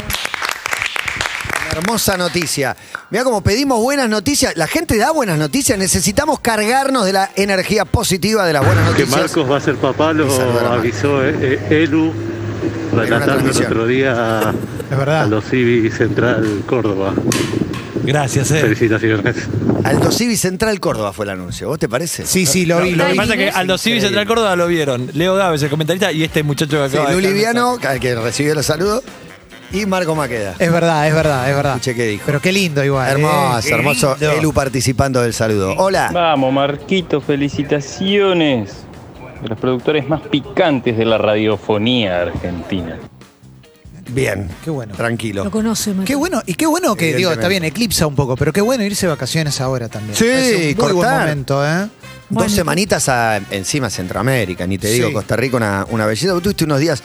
[SPEAKER 2] Una hermosa noticia. Mira como pedimos buenas noticias. La gente da buenas noticias. Necesitamos cargarnos de la energía positiva de las buenas
[SPEAKER 8] Que
[SPEAKER 2] noticias.
[SPEAKER 8] Marcos va a ser papá, lo
[SPEAKER 2] Y saludar a Marcos.
[SPEAKER 8] avisó eh, eh, Elu relatando el
[SPEAKER 2] transmisión.
[SPEAKER 8] otro día a-
[SPEAKER 3] Es verdad.
[SPEAKER 8] a los Civi Central Córdoba.
[SPEAKER 4] Gracias, eh.
[SPEAKER 8] Felicitaciones.
[SPEAKER 2] Aldo Civi Central Córdoba fue el anuncio. ¿Vos te parece?
[SPEAKER 3] Sí, sí, lo vi,
[SPEAKER 4] Lo
[SPEAKER 3] lo
[SPEAKER 4] que
[SPEAKER 3] vi.
[SPEAKER 4] pasa es que Aldo Civi y Central Córdoba lo vieron. Leo Gávez, el comentarista, y este muchacho que
[SPEAKER 2] Sí,
[SPEAKER 4] acaba de
[SPEAKER 2] Luli
[SPEAKER 4] dejar-
[SPEAKER 2] Viano, al que recibió los saludos. Y Marco Maqueda.
[SPEAKER 3] Es verdad, es verdad, es verdad.
[SPEAKER 2] Escuché qué dijo.
[SPEAKER 3] Pero qué lindo igual. ¿eh?
[SPEAKER 2] Hermoso,
[SPEAKER 3] Qué
[SPEAKER 2] hermoso.
[SPEAKER 3] lindo.
[SPEAKER 2] Elu participando del saludo. Hola.
[SPEAKER 9] Vamos, Marquito, felicitaciones. De los productores más picantes de la radiofonía argentina.
[SPEAKER 2] Bien.
[SPEAKER 3] Qué bueno.
[SPEAKER 2] Tranquilo.
[SPEAKER 5] Lo conoce, Matías.
[SPEAKER 3] Qué bueno, y qué bueno que, digo, está bien, eclipsa un poco, pero qué bueno irse de vacaciones ahora también.
[SPEAKER 2] Sí,
[SPEAKER 3] Es un muy buen
[SPEAKER 2] cortar.
[SPEAKER 3] momento, ¿eh?
[SPEAKER 5] Bueno.
[SPEAKER 2] Dos semanitas a- encima Centroamérica, ni te
[SPEAKER 3] Sí.
[SPEAKER 2] digo Costa Rica, una, una belleza. Vos tuviste unos días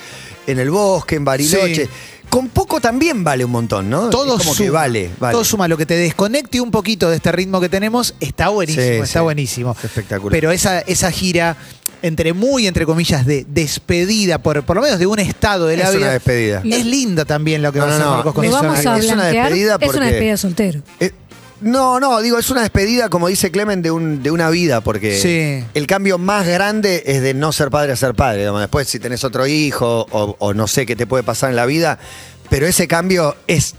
[SPEAKER 2] en el bosque, en Bariloche.
[SPEAKER 3] Sí.
[SPEAKER 2] Con poco también vale un montón, ¿no?
[SPEAKER 3] Todo
[SPEAKER 2] es como
[SPEAKER 3] suma.
[SPEAKER 2] que vale, vale.
[SPEAKER 3] Todo suma. Lo que te desconecte un poquito de este ritmo que tenemos está buenísimo,
[SPEAKER 2] Sí,
[SPEAKER 3] está
[SPEAKER 2] sí.
[SPEAKER 3] buenísimo.
[SPEAKER 2] Es espectacular.
[SPEAKER 3] Pero esa, esa gira, entre muy, entre comillas, de despedida, por, por lo menos de un estado de la
[SPEAKER 2] Es una
[SPEAKER 3] vida,
[SPEAKER 2] despedida.
[SPEAKER 3] Es linda también lo que
[SPEAKER 2] No,
[SPEAKER 3] va a
[SPEAKER 2] no,
[SPEAKER 3] hacer
[SPEAKER 2] no.
[SPEAKER 3] Marcos con
[SPEAKER 5] Lo
[SPEAKER 3] sus
[SPEAKER 5] vamos a
[SPEAKER 3] amigos.
[SPEAKER 5] blanquear.
[SPEAKER 2] Es una despedida porque-
[SPEAKER 5] despedida soltero.
[SPEAKER 2] Eh, no, no, digo, es una despedida, como dice Clemen, de, un, de una vida, porque
[SPEAKER 3] Sí.
[SPEAKER 2] el cambio más grande es de no ser padre a ser padre. digamos. Después, si tenés otro hijo o, o no sé qué te puede pasar en la vida, pero ese cambio es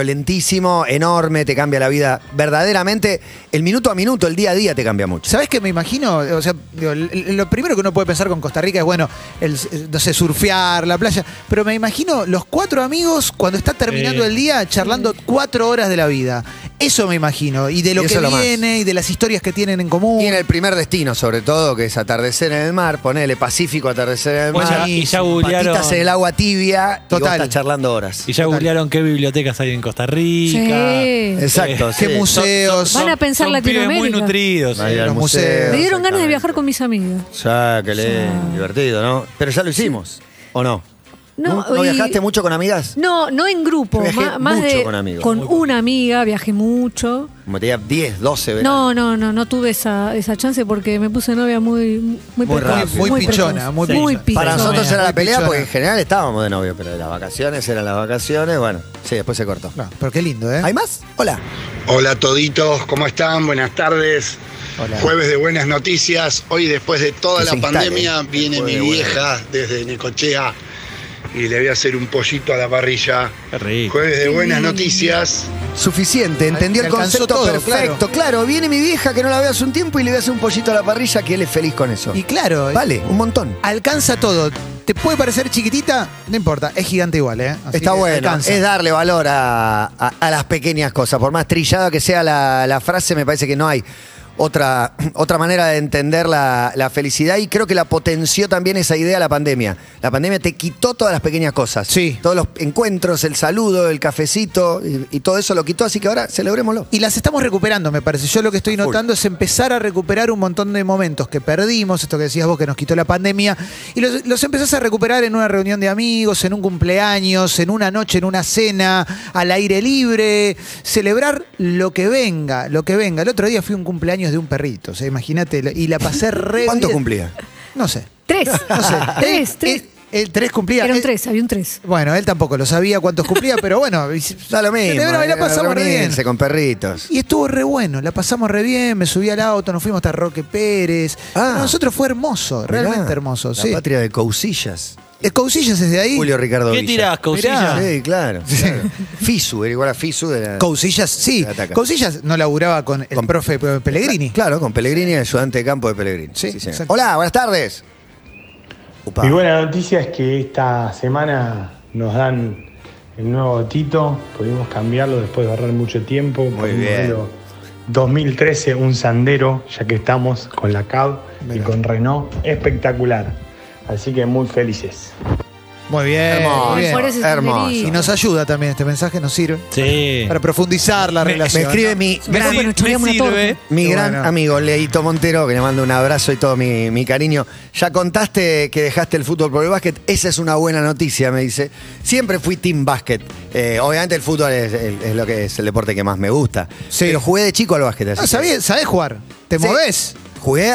[SPEAKER 2] violentísimo, enorme, te cambia la vida. Verdaderamente, el minuto a minuto, el día a día te cambia mucho.
[SPEAKER 3] ¿Sabes qué me imagino? O sea, digo, l- l- lo primero que uno puede pensar con Costa Rica es, bueno, el, eh, no sé, surfear, la playa. Pero me imagino los cuatro amigos cuando está terminando
[SPEAKER 4] Sí.
[SPEAKER 3] el día charlando cuatro horas de la vida. Eso me imagino. Y de lo
[SPEAKER 2] Y eso
[SPEAKER 3] que
[SPEAKER 2] es lo más.
[SPEAKER 3] viene y de las historias que tienen en común.
[SPEAKER 2] Y en el primer destino, sobre todo, que es atardecer en el mar, ponele Pacífico, atardecer en el
[SPEAKER 4] Bueno,
[SPEAKER 2] mar.
[SPEAKER 4] y ya
[SPEAKER 2] Patitas
[SPEAKER 4] googlearon-
[SPEAKER 2] en el agua tibia. Total. Y vos
[SPEAKER 3] Total.
[SPEAKER 2] estás charlando horas.
[SPEAKER 4] Y ya googlearon qué bibliotecas hay en Costa
[SPEAKER 5] Sí.
[SPEAKER 4] Rica.
[SPEAKER 2] Exacto.
[SPEAKER 3] Qué
[SPEAKER 2] sí.
[SPEAKER 3] museo. Museos.
[SPEAKER 4] son-
[SPEAKER 5] Van a pensar
[SPEAKER 4] son pibes muy
[SPEAKER 5] Latinoamérica.
[SPEAKER 4] nutridos.
[SPEAKER 2] Ahí al
[SPEAKER 3] los
[SPEAKER 2] museo,
[SPEAKER 3] museos.
[SPEAKER 5] Me dieron ganas de
[SPEAKER 2] exactamente.
[SPEAKER 5] viajar con mis amigas.
[SPEAKER 2] Ya, que le divertido, ¿no? Pero ya lo hicimos, ¿o no?
[SPEAKER 5] No,
[SPEAKER 2] ¿No
[SPEAKER 5] y-
[SPEAKER 2] viajaste mucho con amigas?
[SPEAKER 5] No, no en grupo,
[SPEAKER 2] Yo viajé
[SPEAKER 5] ma- más
[SPEAKER 2] mucho
[SPEAKER 5] de
[SPEAKER 2] con amigos. Muy
[SPEAKER 5] una amiga, viajé mucho.
[SPEAKER 2] Como te diga, 10, 12 veces.
[SPEAKER 5] No, no, no, no tuve esa, esa chance porque me puse novia muy muy precoz,
[SPEAKER 2] rápido.
[SPEAKER 3] Muy pichona,
[SPEAKER 5] precoz,
[SPEAKER 3] muy
[SPEAKER 5] pichona.
[SPEAKER 2] Para nosotros
[SPEAKER 3] Pichona,
[SPEAKER 2] era la
[SPEAKER 3] muy
[SPEAKER 2] pelea
[SPEAKER 3] pichona.
[SPEAKER 2] porque en general estábamos de novio, pero las vacaciones eran las vacaciones. Bueno, sí, después se cortó.
[SPEAKER 3] No, pero qué lindo, ¿eh?
[SPEAKER 2] ¿Hay más? Hola.
[SPEAKER 10] Hola toditos, ¿cómo están? Buenas tardes.
[SPEAKER 3] Hola.
[SPEAKER 10] Jueves de buenas noticias. Hoy después de toda
[SPEAKER 2] Que
[SPEAKER 10] la
[SPEAKER 2] se instale,
[SPEAKER 10] pandemia
[SPEAKER 2] eh.
[SPEAKER 10] viene mi
[SPEAKER 2] Jueves de buenas.
[SPEAKER 10] vieja desde Necochea y le voy a hacer un pollito a la parrilla. Jueves de buenas noticias.
[SPEAKER 2] Suficiente, entendió
[SPEAKER 3] Te
[SPEAKER 2] el
[SPEAKER 3] alcanzó
[SPEAKER 2] concepto
[SPEAKER 3] todo,
[SPEAKER 2] perfecto. Claro. viene mi vieja que no la veo hace un tiempo y le voy a hacer un pollito a la parrilla que él es feliz con eso.
[SPEAKER 3] Y claro,
[SPEAKER 2] vale, un montón.
[SPEAKER 3] alcanza todo. ¿Te puede parecer chiquitita? No importa, es gigante igual, ¿eh? Así
[SPEAKER 2] Está
[SPEAKER 3] que
[SPEAKER 2] bueno,
[SPEAKER 3] alcanza.
[SPEAKER 2] es darle valor a, a- a las pequeñas cosas. Por más trillada que sea la, la frase, me parece que no hay otra, [CLEARS THROAT] otra manera de entender la, la felicidad y creo que la potenció también esa idea la pandemia. La pandemia te quitó todas las pequeñas cosas.
[SPEAKER 3] Sí.
[SPEAKER 2] Todos los encuentros, el saludo, el cafecito y, y todo eso lo quitó, así que ahora celebrémoslo.
[SPEAKER 3] Y las estamos recuperando, me parece. Yo lo que estoy
[SPEAKER 2] Full.
[SPEAKER 3] notando es empezar a recuperar un montón de momentos que perdimos, esto que decías vos que nos quitó la pandemia, y los, los empezás a recuperar en una reunión de amigos, en un cumpleaños, en una noche, en una cena, al aire libre, celebrar lo que venga, lo que venga. El otro día fui a un cumpleaños de un perrito, o sea, imagínate, lo- y la pasé re
[SPEAKER 2] ¿Cuánto
[SPEAKER 3] bien.
[SPEAKER 2] cumplía?
[SPEAKER 3] No sé,
[SPEAKER 5] Tres,
[SPEAKER 3] no sé.
[SPEAKER 5] Ah, tres, tres.
[SPEAKER 3] El, el tres cumplía.
[SPEAKER 5] Era un
[SPEAKER 3] Eh,
[SPEAKER 5] tres, había un tres.
[SPEAKER 3] Bueno, él tampoco lo sabía cuántos cumplía, pero bueno,
[SPEAKER 2] [LAUGHS] Da lo mismo.
[SPEAKER 3] Celebra, y la
[SPEAKER 2] eh,
[SPEAKER 3] pasamos re bien.
[SPEAKER 2] reunirse con perritos.
[SPEAKER 3] Y estuvo re bueno, la pasamos re bien, me subí al auto, nos fuimos hasta Roque Pérez.
[SPEAKER 2] Ah.
[SPEAKER 3] A nosotros fue hermoso, realmente
[SPEAKER 2] Mirá,
[SPEAKER 3] hermoso.
[SPEAKER 2] La
[SPEAKER 3] Sí.
[SPEAKER 2] patria de Cousillas.
[SPEAKER 3] Eh, Cousillas es de ahí.
[SPEAKER 2] Julio Ricardo
[SPEAKER 4] ¿Qué
[SPEAKER 2] Villa.
[SPEAKER 4] tirás, Causilla?
[SPEAKER 2] Sí, claro. claro. Fisu, era igual a Fisu de la...
[SPEAKER 3] Cousillas, sí.
[SPEAKER 2] La ataca.
[SPEAKER 3] Cousillas no laburaba con el
[SPEAKER 2] Con-
[SPEAKER 3] profe Pellegrini.
[SPEAKER 2] Ah, Claro, con Pellegrini, ayudante de campo de Pellegrini.
[SPEAKER 3] Sí,
[SPEAKER 2] señor.
[SPEAKER 3] exacto.
[SPEAKER 2] Hola, buenas tardes. Upa.
[SPEAKER 11] Mi buena noticia es que esta semana nos dan el nuevo Tito, pudimos cambiarlo después de ahorrar mucho tiempo, pudimos
[SPEAKER 2] bien.
[SPEAKER 11] verlo 2013 un sandero, ya que estamos con la CAB y
[SPEAKER 3] Mirá.
[SPEAKER 11] con Renault, espectacular. Así que muy felices.
[SPEAKER 3] Muy bien.
[SPEAKER 2] Hermoso.
[SPEAKER 3] muy bien.
[SPEAKER 5] Por eso es
[SPEAKER 2] hermoso.
[SPEAKER 5] senderismo.
[SPEAKER 3] Y nos ayuda también este mensaje, nos sirve
[SPEAKER 4] Sí.
[SPEAKER 3] para profundizar la
[SPEAKER 2] Me
[SPEAKER 3] relación.
[SPEAKER 2] escribe mi
[SPEAKER 5] Me
[SPEAKER 2] gran,
[SPEAKER 5] sirve,
[SPEAKER 4] me
[SPEAKER 5] una torta.
[SPEAKER 4] sirve.
[SPEAKER 2] mi
[SPEAKER 3] Qué
[SPEAKER 2] gran
[SPEAKER 3] bueno.
[SPEAKER 2] amigo Leito Montero, que le mando un abrazo y todo mi, mi cariño. Ya contaste que dejaste el fútbol por el básquet. Esa es una buena noticia, me dice. Siempre fui team básquet. Eh, obviamente el fútbol es, el- es lo que es el deporte que más me gusta.
[SPEAKER 3] Sí.
[SPEAKER 2] Pero jugué de chico al básquet. así
[SPEAKER 3] Ah,
[SPEAKER 2] que-
[SPEAKER 3] ¿sabés, sabés jugar, te
[SPEAKER 2] Sí.
[SPEAKER 3] movés.
[SPEAKER 2] Jugué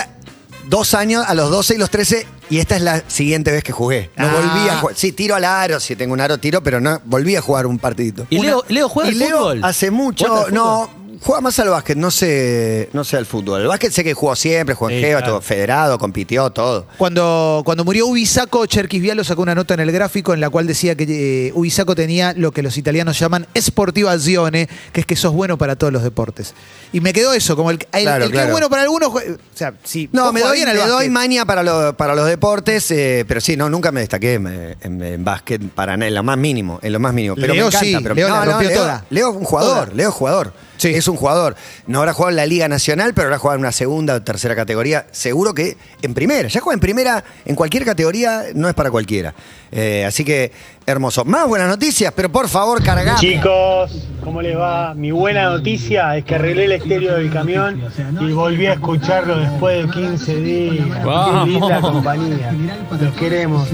[SPEAKER 2] dos años, a los 12 y los 13, y esta es la siguiente vez que jugué. No
[SPEAKER 3] Ah.
[SPEAKER 2] volví a jugar. Sí, tiro al aro, si tengo un aro, tiro, pero no volví a jugar un partidito.
[SPEAKER 4] ¿Y Leo- Leo juega
[SPEAKER 2] Y
[SPEAKER 4] al
[SPEAKER 2] Leo
[SPEAKER 4] fútbol?
[SPEAKER 2] Hace
[SPEAKER 4] ¿Juega
[SPEAKER 2] mucho,
[SPEAKER 4] al
[SPEAKER 2] no, juega más al básquet, no sé, no sé al fútbol. El básquet sé que jugó siempre, jugó en
[SPEAKER 4] Sí,
[SPEAKER 2] Jeva,
[SPEAKER 4] claro.
[SPEAKER 2] estuvo federado, compitió, todo.
[SPEAKER 3] Cuando, cuando murió Ubisaco, Cherkis Vialo sacó una nota en el gráfico en la cual decía que eh, Ubisaco tenía lo que los italianos llaman sportivazione, que es que sos bueno para todos los deportes. Y me quedó eso, como el, el-
[SPEAKER 2] Claro,
[SPEAKER 3] el que
[SPEAKER 2] claro.
[SPEAKER 3] es bueno para algunos. jue- O sea, si
[SPEAKER 2] No,
[SPEAKER 3] vos
[SPEAKER 2] me
[SPEAKER 3] jugás
[SPEAKER 2] doy,
[SPEAKER 3] bien al
[SPEAKER 2] me
[SPEAKER 3] básquet,
[SPEAKER 2] doy manía para, lo- para los deportes, eh, pero sí, no, nunca me destaqué me- en, en básquet para nada, en lo más mínimo, en lo más mínimo. Pero
[SPEAKER 3] Leo
[SPEAKER 2] me encanta,
[SPEAKER 3] sí,
[SPEAKER 2] pero
[SPEAKER 3] Leo la rompió
[SPEAKER 2] Leo,
[SPEAKER 3] toda.
[SPEAKER 2] Leo es un jugador,
[SPEAKER 3] Toda.
[SPEAKER 2] Leo es jugador.
[SPEAKER 3] Sí.
[SPEAKER 2] Es un jugador. No habrá jugado en la Liga Nacional, pero habrá jugado en una segunda o tercera categoría. Seguro que en primera. Ya juega en primera, en cualquier categoría, no es para cualquiera. Eh, así que, hermoso. Más buenas noticias, pero por favor, cargá.
[SPEAKER 11] Chicos, ¿cómo les va? Mi buena noticia es que arreglé el estéreo del camión y volví a escucharlo después de 15 días.
[SPEAKER 4] Vamos.
[SPEAKER 11] Qué linda compañía. Los queremos.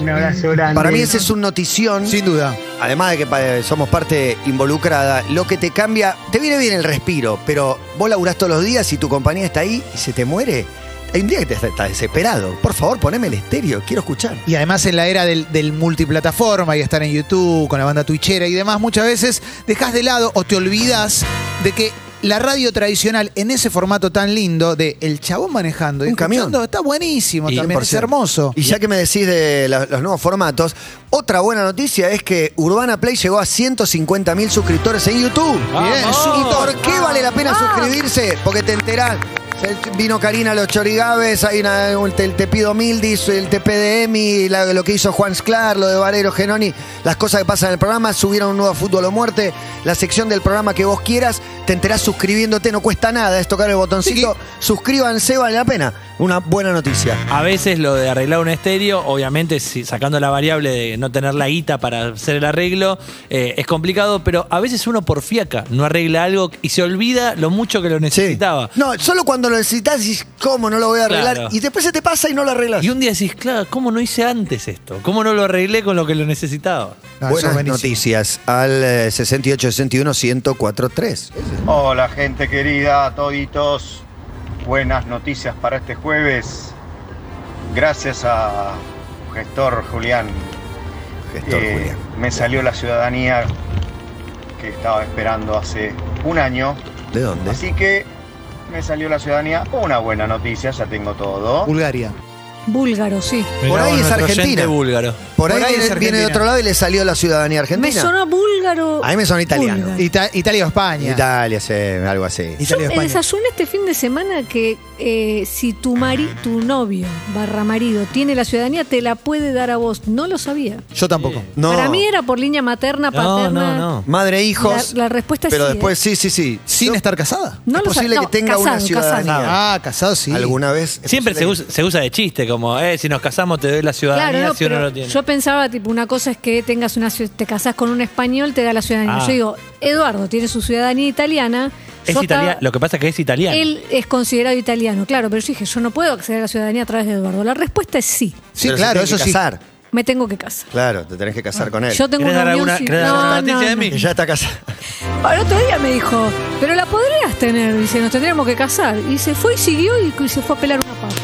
[SPEAKER 11] Un abrazo grande.
[SPEAKER 2] Para mí ese es un notición.
[SPEAKER 3] Sin duda.
[SPEAKER 2] Además de que pa- somos parte involucrada, lo que te cambia, te viene bien el respiro, pero vos laburás todos los días y tu compañía está ahí y se te muere. Hay un día que te está, está desesperado. Por favor, poneme el estéreo, quiero escuchar.
[SPEAKER 3] Y además en la era del, del multiplataforma y estar en YouTube, con la banda Twitchera y demás, muchas veces dejas de lado o te olvidas de que la radio tradicional en ese formato tan lindo de el chabón manejando y
[SPEAKER 2] Un camión.
[SPEAKER 3] escuchando, está buenísimo
[SPEAKER 2] Y
[SPEAKER 3] también, es
[SPEAKER 2] 100%.
[SPEAKER 3] hermoso.
[SPEAKER 2] Y ya que me decís de la- los nuevos formatos, otra buena noticia es que Urbana Play llegó a 150 mil suscriptores en YouTube.
[SPEAKER 4] Bien.
[SPEAKER 2] ¿Y por qué vale la pena suscribirse? Porque te enterás. Se- Vino Karina a los Chorigaves, hay una, un- el Te Pido Mildis, el TPDM, la- lo que hizo Juan Sclar, lo de Valero Genoni, las cosas que pasan en el programa, subieron un nuevo Fútbol o Muerte, la sección del programa que vos quieras, te enterás suscribiéndote, no cuesta nada, es tocar el botoncito, suscríbanse, vale la pena. una buena noticia.
[SPEAKER 4] A veces lo de arreglar un estéreo, obviamente si- sacando la variable de no tener la guita para hacer el arreglo, eh, es complicado, pero a veces uno por fiaca no arregla algo y se olvida lo mucho que lo necesitaba.
[SPEAKER 2] No, solo cuando lo necesitas dices, ¿cómo no lo voy a arreglar?
[SPEAKER 4] Claro.
[SPEAKER 2] Y después se te pasa y no lo arreglas.
[SPEAKER 4] Y un día decís, claro, ¿cómo no hice antes esto? ¿Cómo no lo arreglé con lo que lo necesitaba?
[SPEAKER 2] Buenas noticias al eh, 6861-1043.
[SPEAKER 12] Hola gente querida, toditos. Buenas noticias para este jueves. Gracias a gestor Julián. Eh,
[SPEAKER 2] Gestor Julián.
[SPEAKER 12] Me salió la ciudadanía que estaba esperando hace un año.
[SPEAKER 2] ¿De dónde?
[SPEAKER 12] Así que me salió la ciudadanía. Una buena noticia, ya tengo todo.
[SPEAKER 2] Bulgaria.
[SPEAKER 5] Búlgaro, sí.
[SPEAKER 2] Por ahí es Argentina.
[SPEAKER 4] búlgaro.
[SPEAKER 2] Por ahí,
[SPEAKER 3] Por ahí es
[SPEAKER 2] viene- viene de
[SPEAKER 3] Argentina.
[SPEAKER 2] otro lado y le salió la ciudadanía
[SPEAKER 5] Me
[SPEAKER 2] argentina.
[SPEAKER 5] sonó búlgaro.
[SPEAKER 2] A mí me sonó italiano.
[SPEAKER 5] búlgaro.
[SPEAKER 3] Ita- Italia o España.
[SPEAKER 2] Italia, sí, algo así.
[SPEAKER 5] Yo eh, desayuné este fin de semana que eh, si tu, mari tu novio barra marido tiene la ciudadanía, te la puede dar a vos. No lo sabía.
[SPEAKER 2] Yo tampoco.
[SPEAKER 3] Eh,
[SPEAKER 2] No.
[SPEAKER 5] Para mí era por línea materna,
[SPEAKER 4] No,
[SPEAKER 5] paterna.
[SPEAKER 4] no, no.
[SPEAKER 2] Madre e hijos.
[SPEAKER 5] La, la respuesta
[SPEAKER 2] pero
[SPEAKER 5] sí, ¿eh?
[SPEAKER 2] después sí, sí, sí.
[SPEAKER 3] Sin estar casada.
[SPEAKER 5] No
[SPEAKER 2] es
[SPEAKER 5] lo sab-
[SPEAKER 2] posible que
[SPEAKER 5] no,
[SPEAKER 2] tenga una
[SPEAKER 5] casado, casado.
[SPEAKER 2] ciudadanía.
[SPEAKER 3] Ah, casado sí.
[SPEAKER 2] ¿Alguna vez? es
[SPEAKER 4] Siempre se
[SPEAKER 2] posible
[SPEAKER 4] usa, se usa de chiste, como, eh, si nos casamos te doy la ciudadanía
[SPEAKER 5] Claro, no,
[SPEAKER 4] si uno
[SPEAKER 5] pero
[SPEAKER 4] no tiene.
[SPEAKER 5] yo pensaba, tipo, una cosa es que tengas una ciu- te casás con un español, te da la ciudadanía.
[SPEAKER 4] Ah.
[SPEAKER 5] Yo digo, Eduardo tiene su ciudadanía italiana.
[SPEAKER 4] es
[SPEAKER 5] yo
[SPEAKER 4] italiano,
[SPEAKER 5] estaba-
[SPEAKER 4] lo que pasa es que es italiano.
[SPEAKER 5] Él es considerado italiano, claro, pero yo dije, yo no puedo acceder a la ciudadanía a través de Eduardo. La respuesta es sí,
[SPEAKER 2] Sí,
[SPEAKER 3] Pero se
[SPEAKER 2] claro,
[SPEAKER 3] tiene que
[SPEAKER 2] eso sí.
[SPEAKER 3] casar.
[SPEAKER 5] me tengo que casar.
[SPEAKER 2] Claro, te tenés que casar con él.
[SPEAKER 5] Yo tengo
[SPEAKER 4] ¿Querés
[SPEAKER 5] una
[SPEAKER 4] dar
[SPEAKER 5] unión
[SPEAKER 4] alguna-
[SPEAKER 5] civil-
[SPEAKER 4] querés dar
[SPEAKER 5] No,
[SPEAKER 4] alguna
[SPEAKER 5] no,
[SPEAKER 4] noticia de
[SPEAKER 5] no.
[SPEAKER 4] mí?
[SPEAKER 2] Ya está casada.
[SPEAKER 5] Al otro día me dijo, pero la podrías tener, dice, nos tendríamos que casar. Y se fue y siguió y, y se fue a pelar una papa.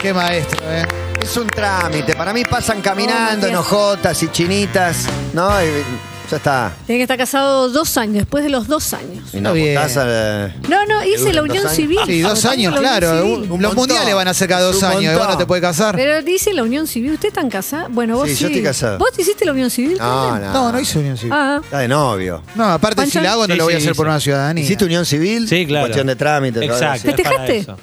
[SPEAKER 3] Qué maestro, ¿eh?
[SPEAKER 2] Es un trámite. Para mí pasan caminando
[SPEAKER 5] Matías.
[SPEAKER 2] en hojotas y chinitas. No, Y ya está.
[SPEAKER 5] Tiene que estar casado dos años, después de los dos años.
[SPEAKER 2] Y no eh,
[SPEAKER 3] bien.
[SPEAKER 2] apuntás a-
[SPEAKER 5] No, no, hice
[SPEAKER 2] duran
[SPEAKER 5] la
[SPEAKER 2] dos
[SPEAKER 5] unión
[SPEAKER 2] años?
[SPEAKER 5] civil.
[SPEAKER 3] Sí, dos
[SPEAKER 5] Tengo
[SPEAKER 3] años,
[SPEAKER 5] la unión
[SPEAKER 3] claro.
[SPEAKER 5] civil.
[SPEAKER 3] Un-
[SPEAKER 2] Un
[SPEAKER 3] los
[SPEAKER 2] montón.
[SPEAKER 3] mundiales van a ser cada dos
[SPEAKER 2] Un
[SPEAKER 3] años. y vos
[SPEAKER 2] montón.
[SPEAKER 3] no te puedes casar.
[SPEAKER 5] Pero dice la unión civil. ¿Usted tan casado? Bueno, vos
[SPEAKER 2] Sí,
[SPEAKER 5] sí.
[SPEAKER 2] yo estoy casado.
[SPEAKER 5] ¿Vos hiciste la unión civil?
[SPEAKER 2] No, no.
[SPEAKER 5] también?
[SPEAKER 3] No, no hice unión civil.
[SPEAKER 5] Ah,
[SPEAKER 2] Está de novio.
[SPEAKER 3] No, aparte
[SPEAKER 5] ¿Pancho?
[SPEAKER 3] si la hago no
[SPEAKER 4] Sí,
[SPEAKER 3] lo voy a
[SPEAKER 4] sí,
[SPEAKER 3] hacer por
[SPEAKER 4] hice.
[SPEAKER 3] una ciudadanía.
[SPEAKER 2] ¿Hiciste unión civil?
[SPEAKER 4] Sí, claro.
[SPEAKER 2] Cuestión de trámite. todo eso.
[SPEAKER 4] Exacto. es para
[SPEAKER 5] ¿Festejaste?
[SPEAKER 4] eso.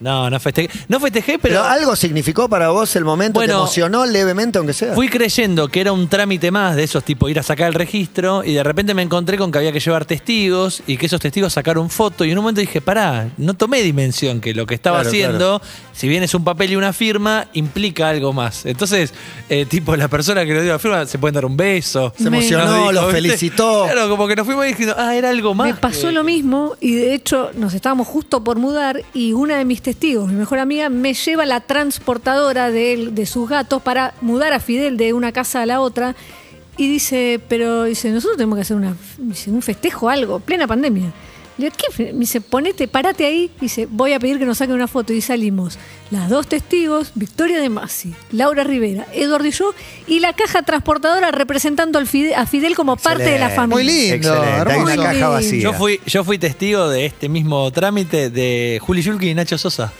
[SPEAKER 4] No, no festejé. No festejé,
[SPEAKER 2] Pero,
[SPEAKER 4] pero,
[SPEAKER 2] algo significó para vos el momento, te
[SPEAKER 4] Bueno,
[SPEAKER 2] emocionó levemente aunque sea.
[SPEAKER 4] fui creyendo que era un trámite más de esos tipo ir a sacar el registro y de repente me encontré con que había que llevar testigos y que esos testigos sacaron foto y en un momento dije, pará, no tomé dimensión que lo que estaba
[SPEAKER 2] Claro,
[SPEAKER 4] haciendo, si bien es un papel y una firma, implica algo más. Entonces, eh, tipo, la persona que le dio la firma se pueden dar un beso.
[SPEAKER 5] Se emocionó,
[SPEAKER 4] Nos dijo,
[SPEAKER 2] los
[SPEAKER 4] ¿viste?
[SPEAKER 2] felicitó.
[SPEAKER 4] Claro, como que nos fuimos diciendo, ah, era algo más.
[SPEAKER 5] me pasó
[SPEAKER 4] que-
[SPEAKER 5] lo mismo y de hecho nos estábamos justo por mudar y una de mis testigos, mi mejor amiga, me lleva la transportadora de, él- de sus gatos para mudar a Fidel de una casa a la otra y dice, pero dice, nosotros tenemos que hacer una, dice, un festejo, algo, plena pandemia. Le digo, ¿qué? fe-?" Me dice, ponete, parate ahí. Dice, voy a pedir que nos saquen una foto. Y salimos las dos testigos, Victoria de Masi, Laura Rivera, Eduardo y yo, y la caja transportadora representando al Fide- a Fidel como parte de la
[SPEAKER 2] Excelente.
[SPEAKER 5] familia.
[SPEAKER 3] Muy lindo,
[SPEAKER 2] Excelente. Hay una
[SPEAKER 5] hermoso.
[SPEAKER 2] caja vacía.
[SPEAKER 4] Yo fui, yo fui testigo de este mismo trámite de Juli Yulki y Nacho Sosa.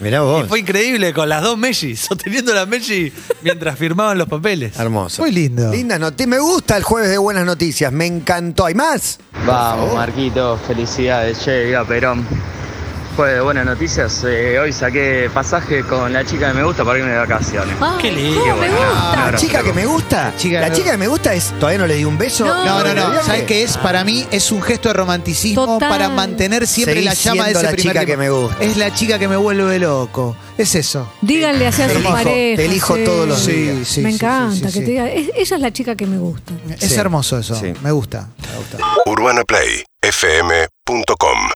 [SPEAKER 2] Mirá
[SPEAKER 4] Y
[SPEAKER 2] vos.
[SPEAKER 4] fue increíble con las dos Messi, [LAUGHS] sosteniendo la Messi mientras firmaban los papeles.
[SPEAKER 2] Hermoso.
[SPEAKER 3] Muy lindo.
[SPEAKER 2] Lindas noticias. Me gusta el jueves de buenas noticias. Me encantó. ¿Hay más?
[SPEAKER 12] Vamos, Marquito, felicidades, che, viva Perón. Fue de buenas noticias, eh, hoy saqué pasaje con la chica que me gusta para irme de vacaciones.
[SPEAKER 5] Ay,
[SPEAKER 4] Qué lindo.
[SPEAKER 5] ¿cómo me gusta?
[SPEAKER 2] La chica que me gusta.
[SPEAKER 3] Chica
[SPEAKER 2] la
[SPEAKER 3] que-
[SPEAKER 2] chica que me gusta es. Todavía no le di un beso.
[SPEAKER 5] No.
[SPEAKER 3] No, no, no.
[SPEAKER 2] ¿Todavía?
[SPEAKER 3] ¿Sabes qué es? Para mí es un gesto de romanticismo
[SPEAKER 5] Total.
[SPEAKER 3] para mantener siempre
[SPEAKER 2] Seguí
[SPEAKER 3] la llama de
[SPEAKER 2] siendo
[SPEAKER 3] ese
[SPEAKER 2] la
[SPEAKER 3] primer
[SPEAKER 2] chica
[SPEAKER 3] tema.
[SPEAKER 2] que me gusta.
[SPEAKER 3] Es la chica que me vuelve loco. Es eso.
[SPEAKER 5] Díganle así a
[SPEAKER 2] Te
[SPEAKER 5] su
[SPEAKER 2] elijo,
[SPEAKER 5] pareja.
[SPEAKER 2] te elijo
[SPEAKER 5] sí.
[SPEAKER 2] todos los días.
[SPEAKER 3] Sí, sí,
[SPEAKER 5] me
[SPEAKER 3] sí,
[SPEAKER 5] encanta
[SPEAKER 3] sí, sí,
[SPEAKER 5] que
[SPEAKER 3] sí.
[SPEAKER 5] te diga. "Es- ella es la chica que me gusta.
[SPEAKER 3] Es hermoso eso.
[SPEAKER 2] Sí.
[SPEAKER 3] Me gusta. Me gusta.
[SPEAKER 13] UrbanaPlayFM.com